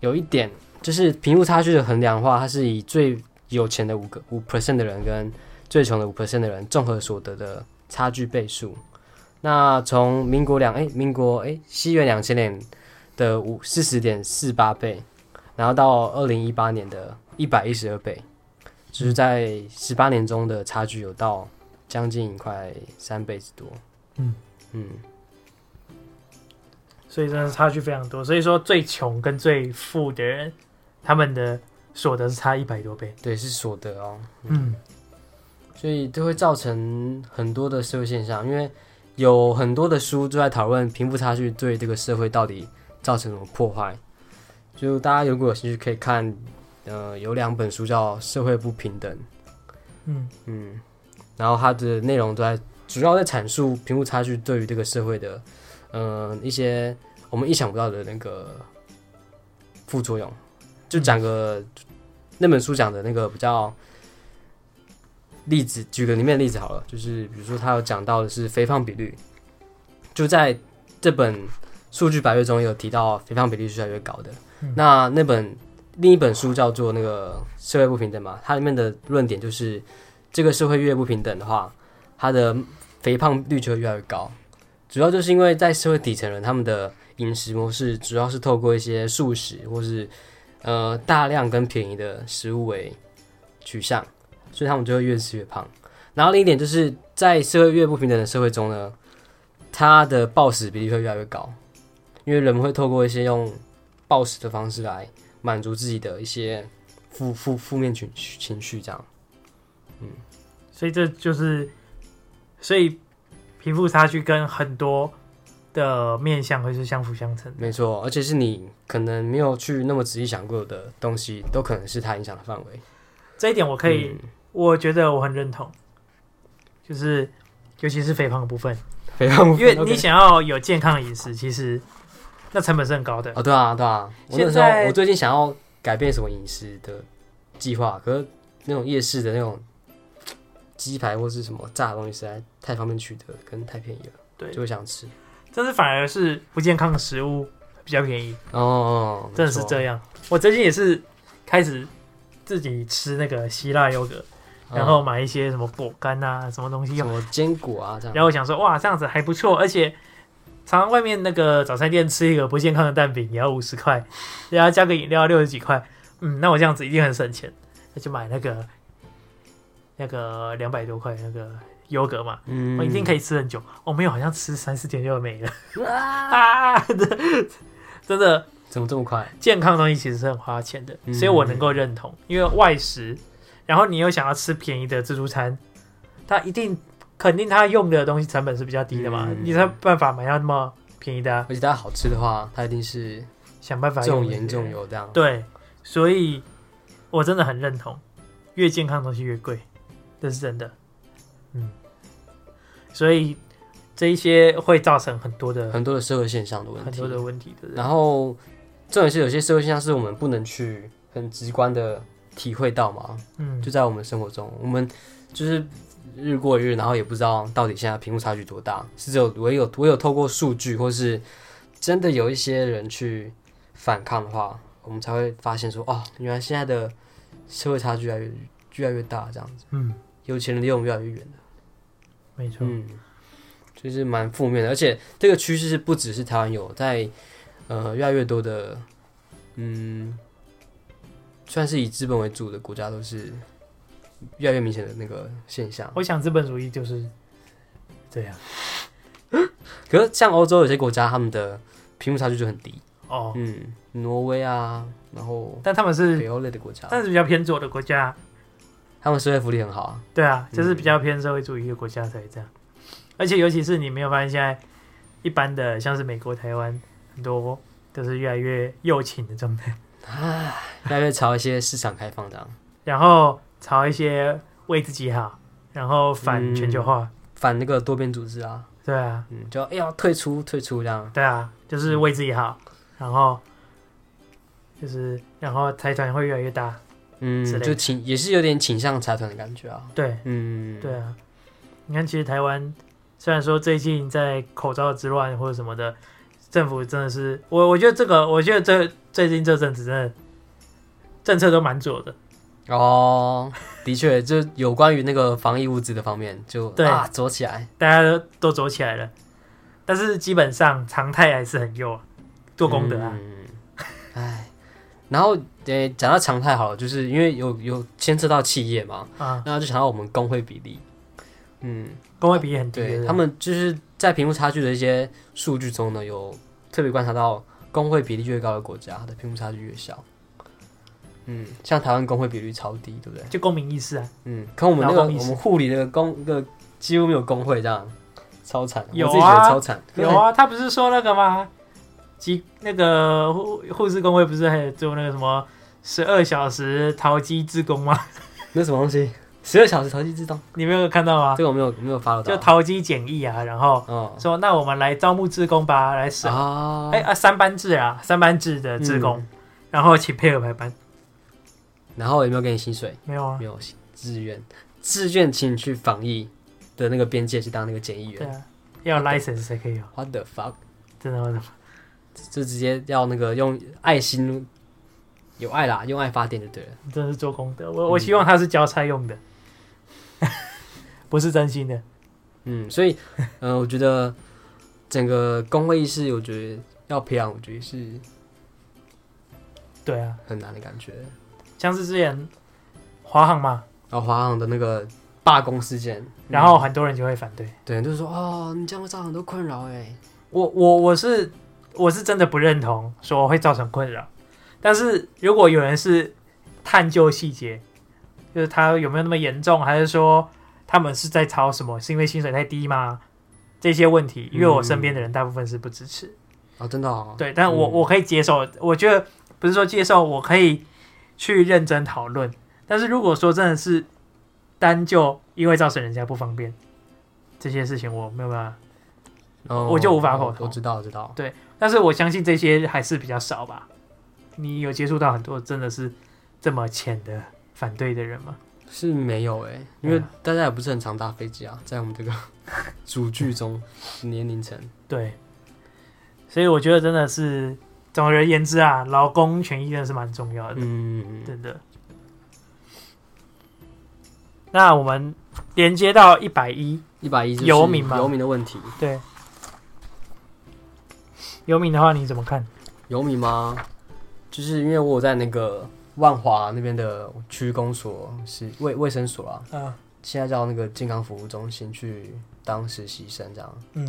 B: 有一点就是贫富差距的衡量的话，它是以最有钱的五个五 percent 的人跟最穷的五 percent 的人综合所得的差距倍数。那从民国两哎、民国哎、西元两千年的五四十点四八倍，然后到二零一八年的一百一十二倍，就是在十八年中的差距有到将近快三倍之多。
A: 嗯
B: 嗯，
A: 所以真的差距非常多。所以说，最穷跟最富的人，他们的所得是差一百多倍。
B: 对，是所得哦，
A: 嗯，
B: 所以就会造成很多的社会现象，因为有很多的书就在讨论贫富差距对这个社会到底造成什么破坏。就大家如果有兴趣可以看，呃，有两本书叫《社会不平等》，
A: 嗯，
B: 嗯，然后它的内容都在主要在阐述贫富差距对于这个社会的，呃，一些我们意想不到的那个副作用。就讲个、那本书讲的那个比较例子，举个里面的例子好了，就是比如说他有讲到的是肥胖比率，就在这本数据百月中有提到肥胖比率是越来越高的。
A: 嗯
B: 那那本另一本书叫做那个社会不平等嘛，它里面的论点就是这个社会越不平等的话，它的肥胖率就会越来越高。主要就是因为在社会底层人，他们的饮食模式主要是透过一些素食或是呃大量跟便宜的食物为取向，所以他们就会越吃越胖。然后另一点就是在社会越不平等的社会中呢，它的暴食比例会越来越高，因为人们会透过一些用暴食的方式来满足自己的一些负负负面情绪情绪这样。
A: 所以这就是，所以贫富差距跟很多的面相会是相辅相成的。
B: 没错，而且是你可能没有去那么仔细想过的东西，都可能是它影响的范围。
A: 这一点我可以
B: 嗯，
A: 我觉得我很认同，就是尤其是肥胖的部分，
B: 肥胖部分
A: 因为
B: OK
A: 你想要有健康饮食，其实那成本是很高的。
B: 哦，对啊，对啊，我那
A: 现
B: 时候
A: 在
B: 我最近想要改变什么饮食的计划，可是那种夜市的那种鸡排或是什么炸的东西实在太方便取得，跟太便宜了，
A: 对
B: 就会想吃。
A: 但是反而是不健康的食物比较便宜，
B: 哦哦，
A: 真的是这
B: 样。
A: 样。我最近也是开始自己吃那个希腊优格，然后
B: 嗯
A: 买一些什么果干啊，什么东西
B: 什
A: 用，
B: 么坚果啊这样，
A: 然后我想说哇，这样子还不错，而且。常常外面那个早餐店吃一个不健康的蛋饼也要五十块，然后加个饮料六十几块，嗯，那我这样子一定很省钱，那就买那个那个两百多块那个优格嘛，
B: 嗯
A: 我一定可以吃很久。哦，没有，好像吃三四天就没了
B: 以啊！
A: 啊！真的 真的，
B: 怎么这么快？
A: 健康的东西其实是很花钱的，
B: 嗯
A: 所以我能够认同，因为外食，然后你又想要吃便宜的自助餐，它一定肯定它用的东西成本是比较低的嘛，
B: 嗯
A: 你才有办法买到那么便宜的、啊，
B: 而且它好吃的话，它一定是
A: 想办法用
B: 重盐
A: 的
B: 重油这样。
A: 对，所以我真的很认同，越健康的东西越贵，这是真的。嗯，所以这一些会造成很多的
B: 很多的社会现象的问
A: 很
B: 题
A: 多。的问题的人。
B: 然后重点是有些社会现象是我们不能去很直观的体会到嘛，
A: 嗯
B: 就在我们生活中，我们就是日过一日，然后也不知道到底现在贫富差距多大，是只有唯有唯有透过数据或是真的有一些人去反抗的话，我们才会发现说，哦，原来现在的社会差距越来越越来越大，这样子，
A: 嗯，
B: 有钱人离我们越来越远了。
A: 没错。
B: 嗯，就是蛮负面的，而且这个趋势是不只是台湾有，在呃越来越多的嗯，算是以资本为主的国家都是越来越明显的那个现象。
A: 我想资本主义就是这样。
B: 可是像欧洲有些国家，他们的贫富差距就很低，
A: 哦，
B: 嗯，挪威啊，然后
A: 但他们是
B: 北欧类的国家，
A: 但是比较偏左的国家，
B: 他们社会福利很好啊，
A: 对啊，就是比较偏社会主义的国家才会这样。而且尤其是你没有发现现在一般的像是美国、台湾很多都是越来越右倾的状态。
B: 越来越朝一些市场开放这样，
A: 然后朝一些为自己好，然后反全球化，
B: 反那个多边组织啊，
A: 对啊，
B: 嗯，就要哎呀退出退出这样，
A: 对啊，就是为自己好，然后就是然后财团会越来越大，
B: 嗯
A: 之类，的
B: 就倾也是有点倾向财团的感觉啊。
A: 对
B: 嗯，
A: 对啊，你看其实台湾虽然说最近在口罩之乱或者什么的，政府真的是我我觉得这个我觉得这最近这阵子真的政策都蛮左的，
B: 哦，的确，就有关于那个防疫物资的方面，就
A: 对
B: 啊，走起来，
A: 大家都都走起来了，但是基本上常态还是很右啊，做功德啊，
B: 嗯，哎，然后呃，讲到常态好了，就是因为有有牵涉到企业嘛，
A: 啊，
B: 那就想到我们工会比例，嗯，
A: 工会比例很低，对不
B: 对
A: 对
B: 他们就是在贫富差距的一些数据中呢，有特别观察到工会比例越高的国家，它的贫富差距越小。嗯，像台湾工会比率超低，对不对？
A: 就公民意识啊，
B: 嗯，可我们那个
A: 劳
B: 我
A: 动意识
B: 们护理的工那个几乎没有工会这样，超惨，
A: 有啊
B: 我自己觉得超惨。哎
A: 有啊，他不是说那个吗？及那个护护士工会不是还有做那个什么十二小时淘机自工吗？
B: 那什么东西？十二小时淘气自动，
A: 你没有看到吗？
B: 这个我没有没有发
A: 就
B: 到。
A: 淘机简易啊，然后
B: 嗯
A: 说那我们来招募志工吧，来审，
B: 啊，嗯
A: 哎啊嗯三班制啊，三班制的志工，然后请配合排班，
B: 然后有没有给你薪水？
A: 没有啊？
B: 没有，志愿，志愿请你去防疫的那个边界去当那个检疫
A: 对
B: 员。
A: 啊，要 license 才可以哦，
B: What the fuck？
A: 真的吗？
B: 就直接要那个用爱心，有爱啦，用爱发电就对了。
A: 真的是做功德，我我希望他是交差用的， 不是真心的，
B: 嗯，所以，呃，我觉得整个工会意识，我觉得要培养，我觉得是
A: 对啊，
B: 很难的感觉。
A: 像是之前华航嘛，
B: 然后华航的那个罢工事件，嗯
A: 然后很多人就会反对。
B: 对，就是说哦，你这样会造成很多困扰哎。
A: 我我我是我是真的不认同说会造成困扰，但是如果有人是探究细节，就是他有没有那么严重，还是说他们是在吵什么？是因为薪水太低吗？这些问题，因为我身边的人大部分是不支持，
B: 哦，真的哦，
A: 对，但我我可以接受，我觉得不是说接受，我可以去认真讨论，但是如果说真的是单就因为造成人家不方便，这些事情我没有办法
B: 哦
A: 我就无法苟同
B: 我知道，我知道。
A: 但是我相信这些还是比较少吧。你有接触到很多真的是这么浅的反对的人吗？
B: 是没有哎，
A: 嗯
B: 因为大家也不是很常搭飞机啊，在我们这个 主剧中年龄层，
A: 对，所以我觉得真的是，总而言之啊，劳工权益真的是蛮重要的，
B: 嗯，
A: 真的。那我们连接到一百一，
B: 一百一
A: 游民吗
B: 游民的问题，
A: 对，游民的话你怎么看？
B: 游民吗？就是因为我有在那个万华那边的区公所是卫卫生所啊，
A: 啊，
B: 现在叫那个健康服务中心去当实习生这样。
A: 嗯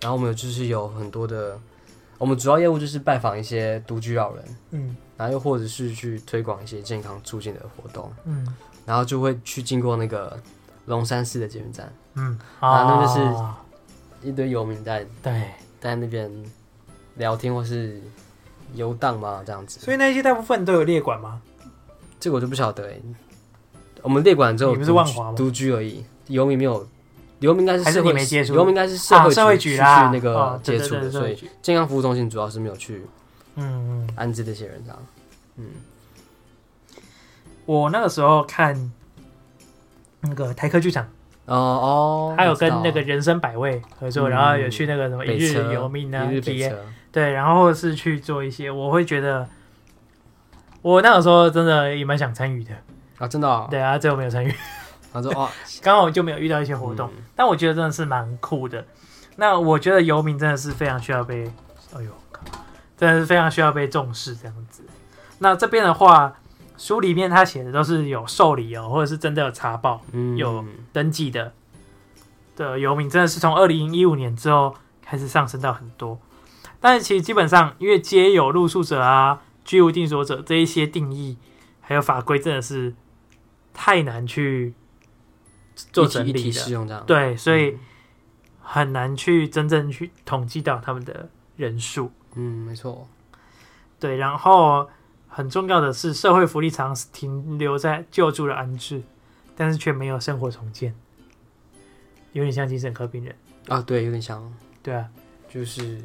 B: 然后我们就是有很多的，我们主要业务就是拜访一些独居老人，
A: 嗯
B: 然后又或者是去推广一些健康促进的活动，
A: 嗯
B: 然后就会去经过那个龙山寺的捷运站，
A: 嗯，
B: 啊那就是
A: 哦
B: 一堆游民在
A: 对，
B: 在那边聊天或是游荡嘛，这样子。
A: 所以那些大部分都有列管吗？
B: 这个我就不晓得、欸。我们列管之后，
A: 你不是万华吗
B: 独居而已，游民没有，游民应该是
A: 还是
B: 社会
A: 你没接触
B: 游民应该是社会
A: 啊社会
B: 局
A: 局
B: 去
A: 啦
B: 那个
A: 哦对
B: 接
A: 对
B: 触的，
A: 对对
B: 所以
A: 社会
B: 健康服务中心主要是没有去
A: 嗯嗯，
B: 安置这些人这样。嗯，
A: 我那个时候看那个台科剧场，
B: 哦哦，
A: 还有
B: 我知
A: 跟
B: 道
A: 那个人生百味合作，
B: 嗯
A: 然后有去那个什么一
B: 北车
A: 日游民啊
B: 一日，
A: 体
B: 北
A: 验
B: 车，
A: 对，然后是去做一些，我会觉得。我那个时候真的也蛮想参与的，
B: 啊，真的、哦，
A: 对啊，最后没有参与，
B: 他说哦，
A: 刚好就没有遇到一些活动。
B: 嗯
A: 但我觉得真的是蛮酷的。那我觉得游民真的是非常需要被，哎呦，靠真的是非常需要被重视这样子。那这边的话，书里面他写的都是有受理哦，或者是真的有查报
B: 嗯
A: 有登记的的游民，真的是从二零一五年之后开始上升到很多。但是其实基本上，因为皆有露宿者啊、居无定所者这一些定义，还有法规真的是太难去做
B: 一
A: 整
B: 体一
A: 理
B: 体
A: 的。
B: 适用这样，
A: 对，所以
B: 嗯
A: 很难去真正去统计到他们的人数。
B: 嗯，没错，
A: 对，然后很重要的是，社会福利常停留在救助的安置，但是却没有生活重建，有点像精神科病人。
B: 啊，对，有点像，
A: 对啊，
B: 就是，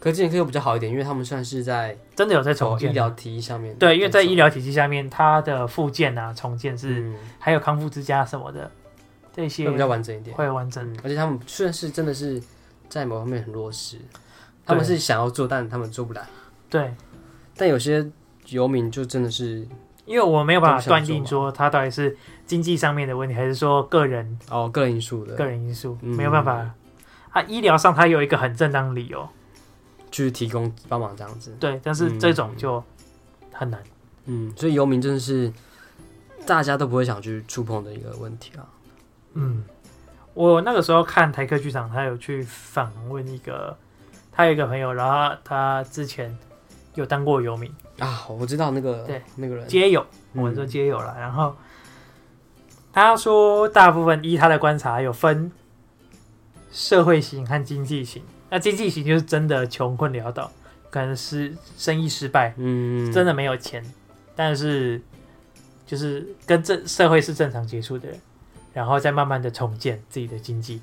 B: 可是精神科又比较好一点，因为他们算是在哦
A: 真的有在重
B: 走医
A: 建。
B: 疗体系上面，
A: 对，因为在
B: 走
A: 医疗体系下面，它的复健啊、重建是、
B: 嗯
A: 还有康复之家什么的，这些
B: 会比较完整一点。
A: 会完整。
B: 而且他们虽然是真的是在某方面很弱势，他们是想要做，但他们做不来。
A: 对，
B: 但有些游民就真的是
A: 因为我没有
B: 都
A: 办法
B: 不想
A: 断
B: 做
A: 定
B: 嘛
A: 说它到底是经济上面的问题，还是说个人
B: 哦个人因素
A: 个
B: 的，
A: 人因素，
B: 嗯
A: 没有办法。啊，医疗上它有一个很正当理由，
B: 去提供帮忙这样子。
A: 对，但是这种就很难。
B: 嗯，所以游民真的是大家都不会想去触碰的一个问题啊。
A: 嗯，我那个时候看台客剧场，他有去访问一个，他有一个朋友，然后他他之前有当过游民，
B: 啊，我知道那个
A: 对
B: 那个人，
A: 街友，
B: 嗯
A: 我们说街友啦，然后他说，大部分依他的观察有分社会型和经济型，那经济型就是真的穷困潦倒，可能是生意失败，
B: 嗯，
A: 真的没有钱，但是就是跟这社会是正常接触的人，然后再慢慢的重建自己的经济，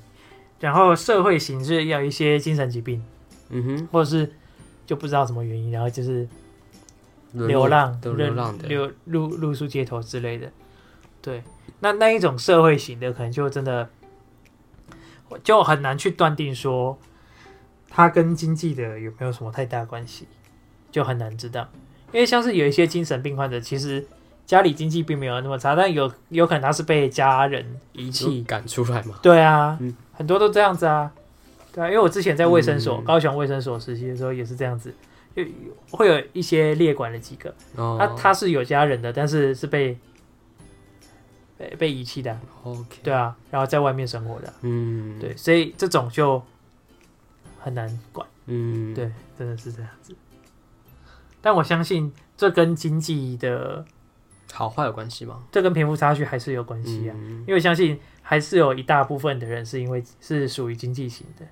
A: 然后社会型是要一些精神疾病，
B: 嗯哼，
A: 或者是就不知道什么原因，然后就是
B: 沦
A: 流
B: 落
A: 浪、
B: 都流浪的，
A: 流露露宿街头之类的。对，那那一种社会型的，可能就真的就很难去断定说它跟经济的有没有什么太大关系，就很难知道。因为像是有一些精神病患者，其实家里经济并没有那么差，但有有可能他是被家人遗
B: 气
A: 弃。
B: 赶出来嘛。
A: 对啊，
B: 嗯
A: 很多都这样子啊。对啊，因为我之前在卫生所、
B: 嗯
A: 高雄卫生所实习的时候也是这样子，有会有一些列管的几个，
B: 哦，
A: 他他是有家人的，但是是被被被遗弃的啊，
B: OK，
A: 对啊，然后在外面生活的啊，
B: 嗯，
A: 对，所以这种就很难管，
B: 嗯，
A: 对，真的是这样子。但我相信这跟经济的，
B: 好坏有关系吗？
A: 这跟贫富差距还是有关系啊，
B: 嗯
A: 因为相信还是有一大部分的人是因为是属于经济型的，
B: 嗯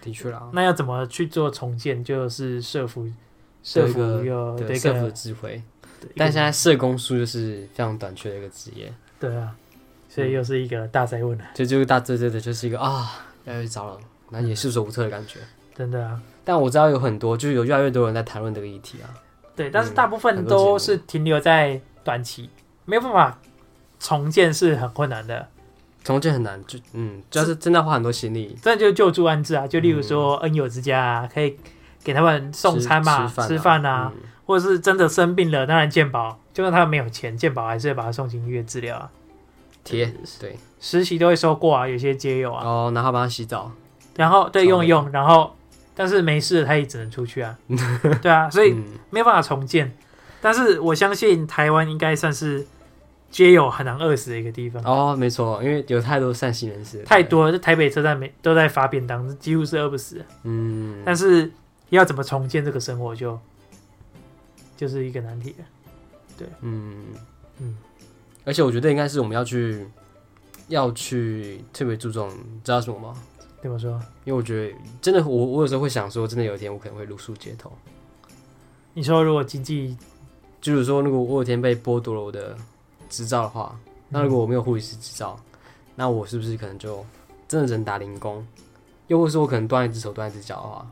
B: 的确啦，
A: 那要怎么去做重建，就是社服社
B: 有一
A: 服
B: 个
A: 有
B: 对
A: 一
B: 社服
A: 个
B: 的，智慧，
A: 对一
B: 但
A: 个
B: 现在社工书就是非常短缺的一个职业，
A: 对啊，所以又是一个大灾问啊，
B: 就就是大对对的，就是一个啊，要去找了，那也束手无策的感觉。
A: 真的啊。
B: 但我知道有很多，就是有越来越多人在谈论这个议题啊。
A: 对，但是
B: 嗯
A: 大部分
B: 很多节目
A: 都是停留在短期，没有办法重建是很困难的。
B: 重建很难，就嗯，主要是真的要花很多心力。
A: 这就是救助安置啊，就例如说恩友之家、啊，可以给他们送餐嘛、
B: 嗯吃
A: 吃
B: 吃
A: 饭
B: 饭嗯
A: 啊，，或者是真的生病了，当然健保，就算他没有钱，健保还是会把他送进医院治疗啊。
B: 贴对，
A: 实习都会收过啊，有些街友啊，
B: 哦，然后帮他洗澡，
A: 然后对
B: 超
A: 用一
B: 累
A: 用，然 后但是没事了他也只能出去啊，对啊，所以
B: 嗯
A: 没有办法重建。但是我相信台湾应该算是街友很难饿死的一个地方，
B: 哦，没错，因为有太多善心人士，
A: 太，多了。这台北车站每都在发便当，几乎是饿不死的。
B: 嗯，
A: 但是要怎么重建这个生活就，就是一个难题了。
B: 嗯
A: 嗯
B: 嗯，而且我觉得应该是我们要去要去特别注重，你知道什么吗？
A: 怎么说？
B: 因为我觉得真的，我我有时候会想说，真的有一天我可能会露宿街头。
A: 你说如果经济
B: 就是说，如果我有一天被剥夺了我的执照的话，那如果我没有护理师执照，那我是不是可能就真的只能打零工？又或是我可能断一只手、断一只脚的话，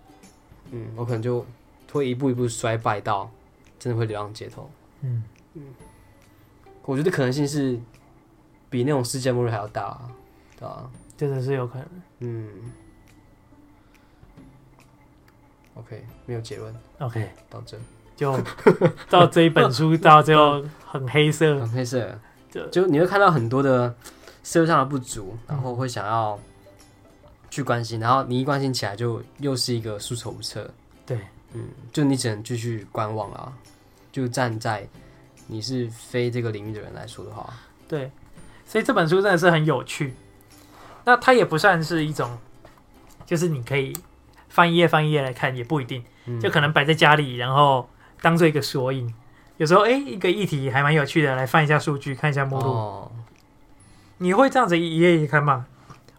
B: 嗯，我可能就会一步一步衰败到真的会流浪街头。
A: 嗯
B: 我觉得可能性是比那种世界末日还要大、啊，对吧、
A: 真的是有可能，
B: 嗯，OK，没有结论
A: OK，
B: 到这，
A: 就到这一本书到最后很黑色，
B: 很黑色
A: 对，
B: 就你会看到很多的社会上的不足，然后会想要去关心，然后你一关心起来，就又是一个束手无策，
A: 对，
B: 嗯，就你只能继续观望啊。就站在你是非这个领域的人来说的话，
A: 对，所以这本书真的是很有趣。那它也不算是一种，就是你可以翻一页翻一页来看，也不一定，
B: 嗯
A: 就可能摆在家里，然后当做一个索引。有时候，哎、一个议题还蛮有趣的，来翻一下数据，看一下目录。
B: 哦，
A: 你会这样子一页一页看吗？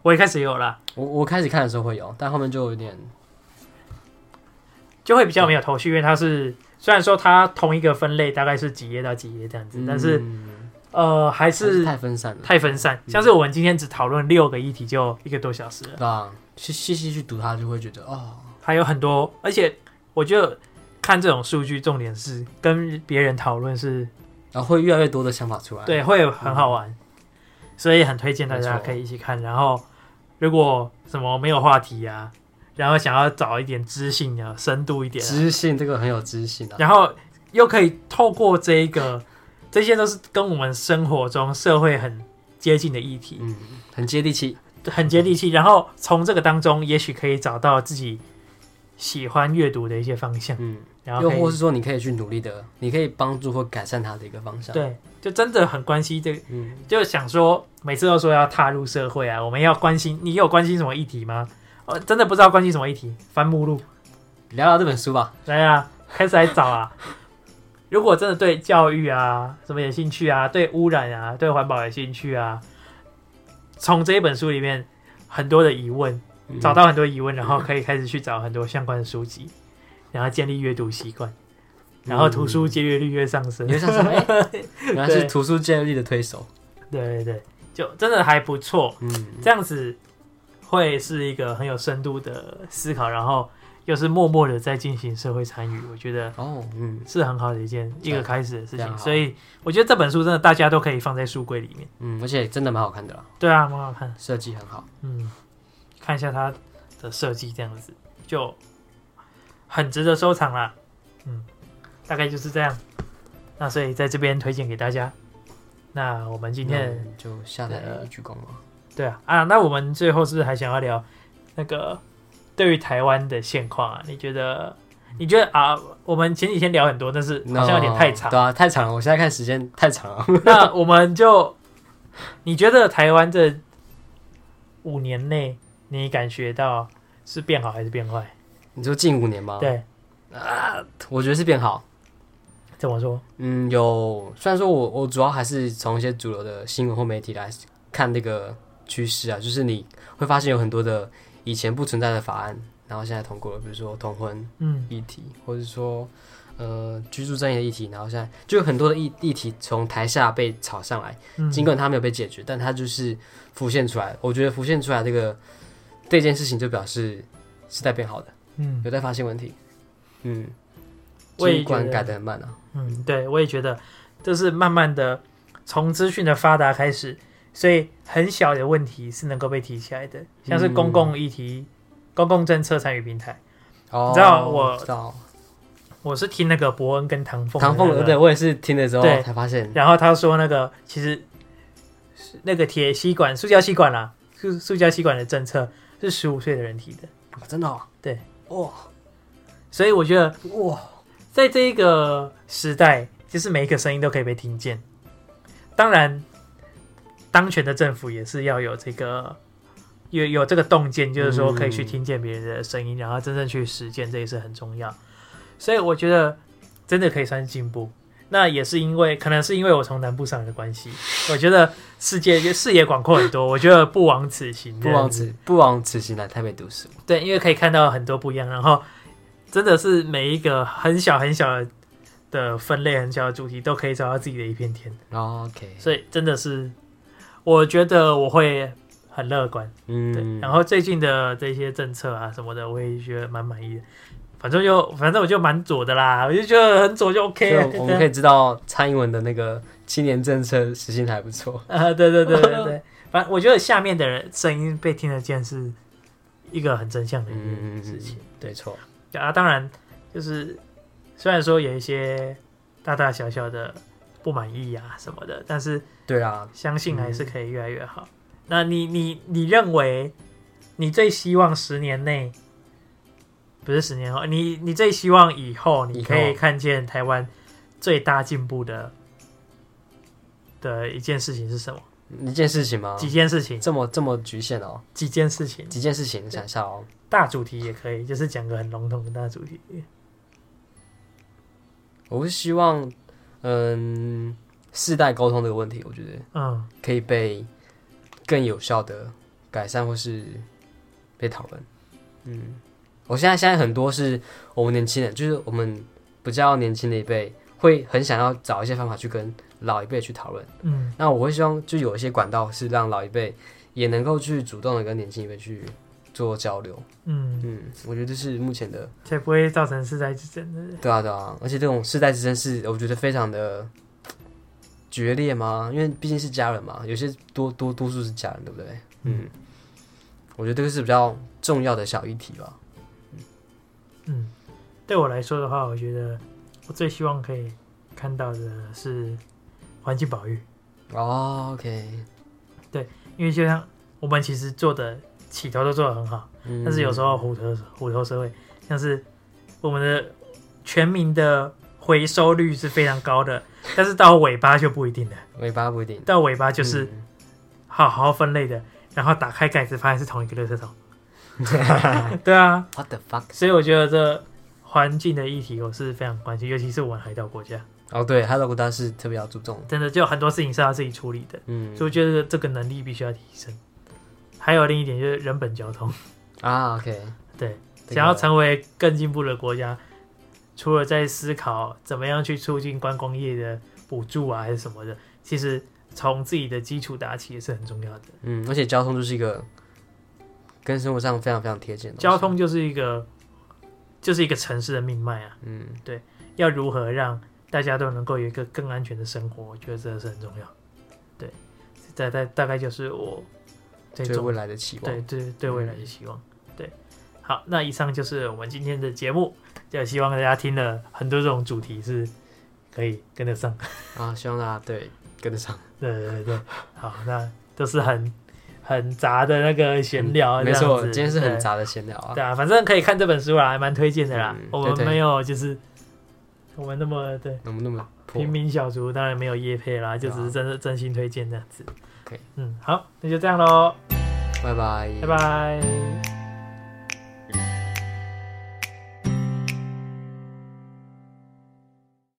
A: 我一开始有啦，
B: 我我开始看的时候会有，但后面就有点
A: 就会比较没有头绪，因为它是虽然说它同一个分类大概是几页到几页这样子，但是
B: 嗯
A: 呃还
B: 还是
A: 是
B: 太嗯分散了，
A: 太分散。像是我们今天只讨论六个议题，就一个多小时了，
B: 对吧？细细细去读它，就会觉得哦，
A: 还有很多。而且我觉得看这种数据，重点是跟别人讨论是
B: 然后会越来越多的想法出来。
A: 对，会有很好玩，所以很推荐大家
B: 嗯没错
A: 可以一起看。然后如果什么没有话题啊，然后想要找一点知性啊、深度一点啊、
B: 知性这个很有知性啊，
A: 然后又可以透过这一个，这些都是跟我们生活中社会很接近的议题，
B: 嗯，很接地气，
A: 很接地气。然后从这个当中，也许可以找到自己喜欢阅读的一些方向，
B: 嗯，
A: 然后
B: 又
A: 可以
B: 或是说你可以去努力的，你可以帮助或改善它的一个方向。，
A: 对，就真的很关心这个。
B: 嗯，
A: 就想说，每次都说要踏入社会啊，我们要关心，你有关心什么议题吗？我、真的不知道关心什么议题，翻目录
B: 聊聊这本书吧。
A: 来啊，开始来找啊。 如果真的对教育啊什么有兴趣啊，对污染啊、对环保有兴趣啊，从这一本书里面很多的疑问，
B: 嗯
A: 找到很多疑问，然后可以开始去找很多相关的书籍，然后建立阅读习惯，然后图书借阅率越上升
B: 你。就想说，哎， 原来是
A: 对
B: 图书建立的推手。
A: 对对对，就真的还不错。
B: 嗯，
A: 这样子会是一个很有深度的思考，然后又是默默的在进行社会参与，我觉得
B: 哦，嗯
A: 是很好的一件一个
B: 啊
A: 开始的事
B: 这
A: 情。
B: 样好
A: 所以我觉得这本书真的大家都可以放在书柜里面。
B: 嗯，而且真的蛮好看的啦，
A: 对啊，蛮好看。
B: 设计很好。
A: 嗯，看一下它的设计，这样子就很值得收藏啦。嗯，大概就是这样。那所以在这边推荐给大家。那我们今天的
B: 那我们就下载一鞠躬嘛。
A: 对啊，啊，那我们最后是不是还想要聊那个对于台湾的现况啊？你觉得？你觉得啊？我们前几天聊很多，但是好像有点太长
B: No，。对啊，太长了。我现在看时间太长 了。
A: 那我们就，你觉得台湾这五年内，你感觉到是变好还是变坏？
B: 你说近五年吗？，
A: 对，
B: 我觉得是变好。
A: 怎么说？
B: 嗯，有。虽然说我我主要还是从一些主流的新闻或媒体来看这个趋势啊，就是你会发现有很多的以前不存在的法案，然后现在通过了，比如说同婚
A: 嗯
B: 议题，或者说呃居住正义的议题，然后现在就有很多的议议题从台下被炒上来，
A: 嗯，
B: 尽管它没有被解决，但它就是浮现出来。我觉得浮现出来这个这件事情，就表示是在变好的，
A: 嗯
B: 有在发现问题。嗯，
A: 我也
B: 尽管
A: 觉得
B: 改的很慢啊，
A: 嗯，对，我也觉得，就是慢慢的从资讯的发达开始，所以很小的问题是能够被提起来的，像是
B: 嗯
A: 公共议题、公共政策参与平台。
B: 哦，
A: 你知道我
B: 知道
A: 我是听那个伯恩跟唐凤、
B: 唐凤
A: 那
B: 鹅，
A: 个
B: 对，我也是听了之后
A: 对
B: 才发现，
A: 然后他说那个其实是那个铁吸管、塑胶吸管啦、塑塑胶吸管的政策是十五岁的人提的，
B: 哦真的、哦，
A: 对，
B: 哇
A: 所以我觉得
B: 哇，
A: 在这一个时代，就是每一个声音都可以被听见。当然，当权的政府也是要有这个有有这个洞见，就是说可以去听见别人的声
B: 嗯
A: 音，然后真正去实践，这也是很重要。所以我觉得真的可以算是进步。那也是因为，可能是因为我从南部上来的关系，我觉得世界视野广阔很多。我觉得不枉此行，
B: 不枉此不枉此行来台北读书。
A: 对，因为可以看到很多不一样，然后真的是每一个很小很小的分类、很小的主题，都可以找到自己的一片天。
B: 哦 OK，
A: 所以真的是，我觉得我会很乐观。对，
B: 嗯，
A: 然后最近的这些政策啊什么的，我也觉得蛮满意的。反正就反正我就蛮左的啦，我就觉得很左就 OK 了。
B: 就啊我们可以知道蔡英文的那个青年政策实行得还不错。
A: 啊，对对对对对，反正我觉得下面的人声音被听得见是一个很真相的一
B: 嗯
A: 件事情。，
B: 没错。
A: 对啊，当然就是虽然说有一些大大小小的不满意啊什么的，但是
B: 对啊，
A: 相信还是可以越来越好。那你你你认为你最希望十年内，不是十年后，你你最希望以后你可
B: 以
A: 以
B: 后
A: 看见台湾最大进步的的一件事情是什么？
B: 一件事情吗？
A: 几件事情？
B: 这么这么局限哦，
A: 几件事情？
B: 几件事情想一下哦。
A: 大主题也可以，就是讲个很笼统的大主题。
B: 我是希望，嗯，世代沟通这个问题，我觉得
A: 嗯
B: 可以被更有效的改善或是被讨论。嗯，我现在现在很多是我们年轻人，就是我们比较年轻的一辈，会很想要找一些方法去跟老一辈去讨论。
A: 嗯
B: 那我会希望就有一些管道是让老一辈也能够去主动的跟年轻一辈去做交流。
A: 嗯，
B: 嗯，我觉得这是目前的
A: 才不会造成世代之争的。
B: 对啊，对啊，而且这种世代之争是我觉得非常的决裂嘛，因为毕竟是家人嘛，有些多多多数是家人，对不对？嗯，我觉得这个是比较重要的小议题吧。
A: 嗯，对我来说的话，我觉得我最希望可以看到的是环境保育，
B: 哦，OK，
A: 因为就像我们其实做的起头都做得很好，
B: 嗯
A: 但是有时候虎头虎头蛇尾，像是我们的全民的回收率是非常高的，但是到尾巴就不一定了，
B: 尾巴不一定，
A: 到尾巴就是。
B: 嗯
A: 好好分类的，然后打开盖子发现是同一个垃圾 桶。对啊，
B: what the fuck？
A: 所以我觉得这环境的议题我是非常关心，尤其是我们海岛国家，
B: 哦，对，哈罗古大是特别要注重，
A: 真的就有很多事情是要自己处理的，
B: 嗯
A: 所以我觉得这个能力必须要提升。还有另一点就是人本交通，
B: 啊，OK，
A: 对，啊
B: 这个
A: 想要成为更进步的国家，除了在思考怎么样去促进观光业的补助啊，还是什么的，其实从自己的基础打起也是很重要的。
B: 嗯，而且交通就是一个跟生活上非常非常贴近的东西
A: 交，通就是一个就是一个城市的命脉啊，
B: 嗯，
A: 要如何让大家都能够有一个更安全的生活，我觉得这个是很重要。对，大大大概就是我对
B: 对嗯
A: 中
B: 未来的期望，
A: 对对对未来的希望。对，好，那以上就是我们今天的节目，就希望大家听了很多这种主题是可以跟得上。
B: 啊，希望大家对跟得上，
A: 对对对对，好，那都是很很杂的那个闲聊、
B: 嗯没错，
A: 啊这样子
B: 今天是很
A: 对
B: 杂的闲聊啊，
A: 对啊，反正可以看这本书啦，还蛮推荐的啦。
B: 嗯
A: 我
B: 对
A: 们
B: 对
A: 没有就是我们那么对
B: 能不那么破
A: 平？民小卒，当然没有业配啦，就只是真的真心推荐这样子。
B: OK
A: 嗯，好，那就这样喽，
B: 拜拜，
A: 拜拜。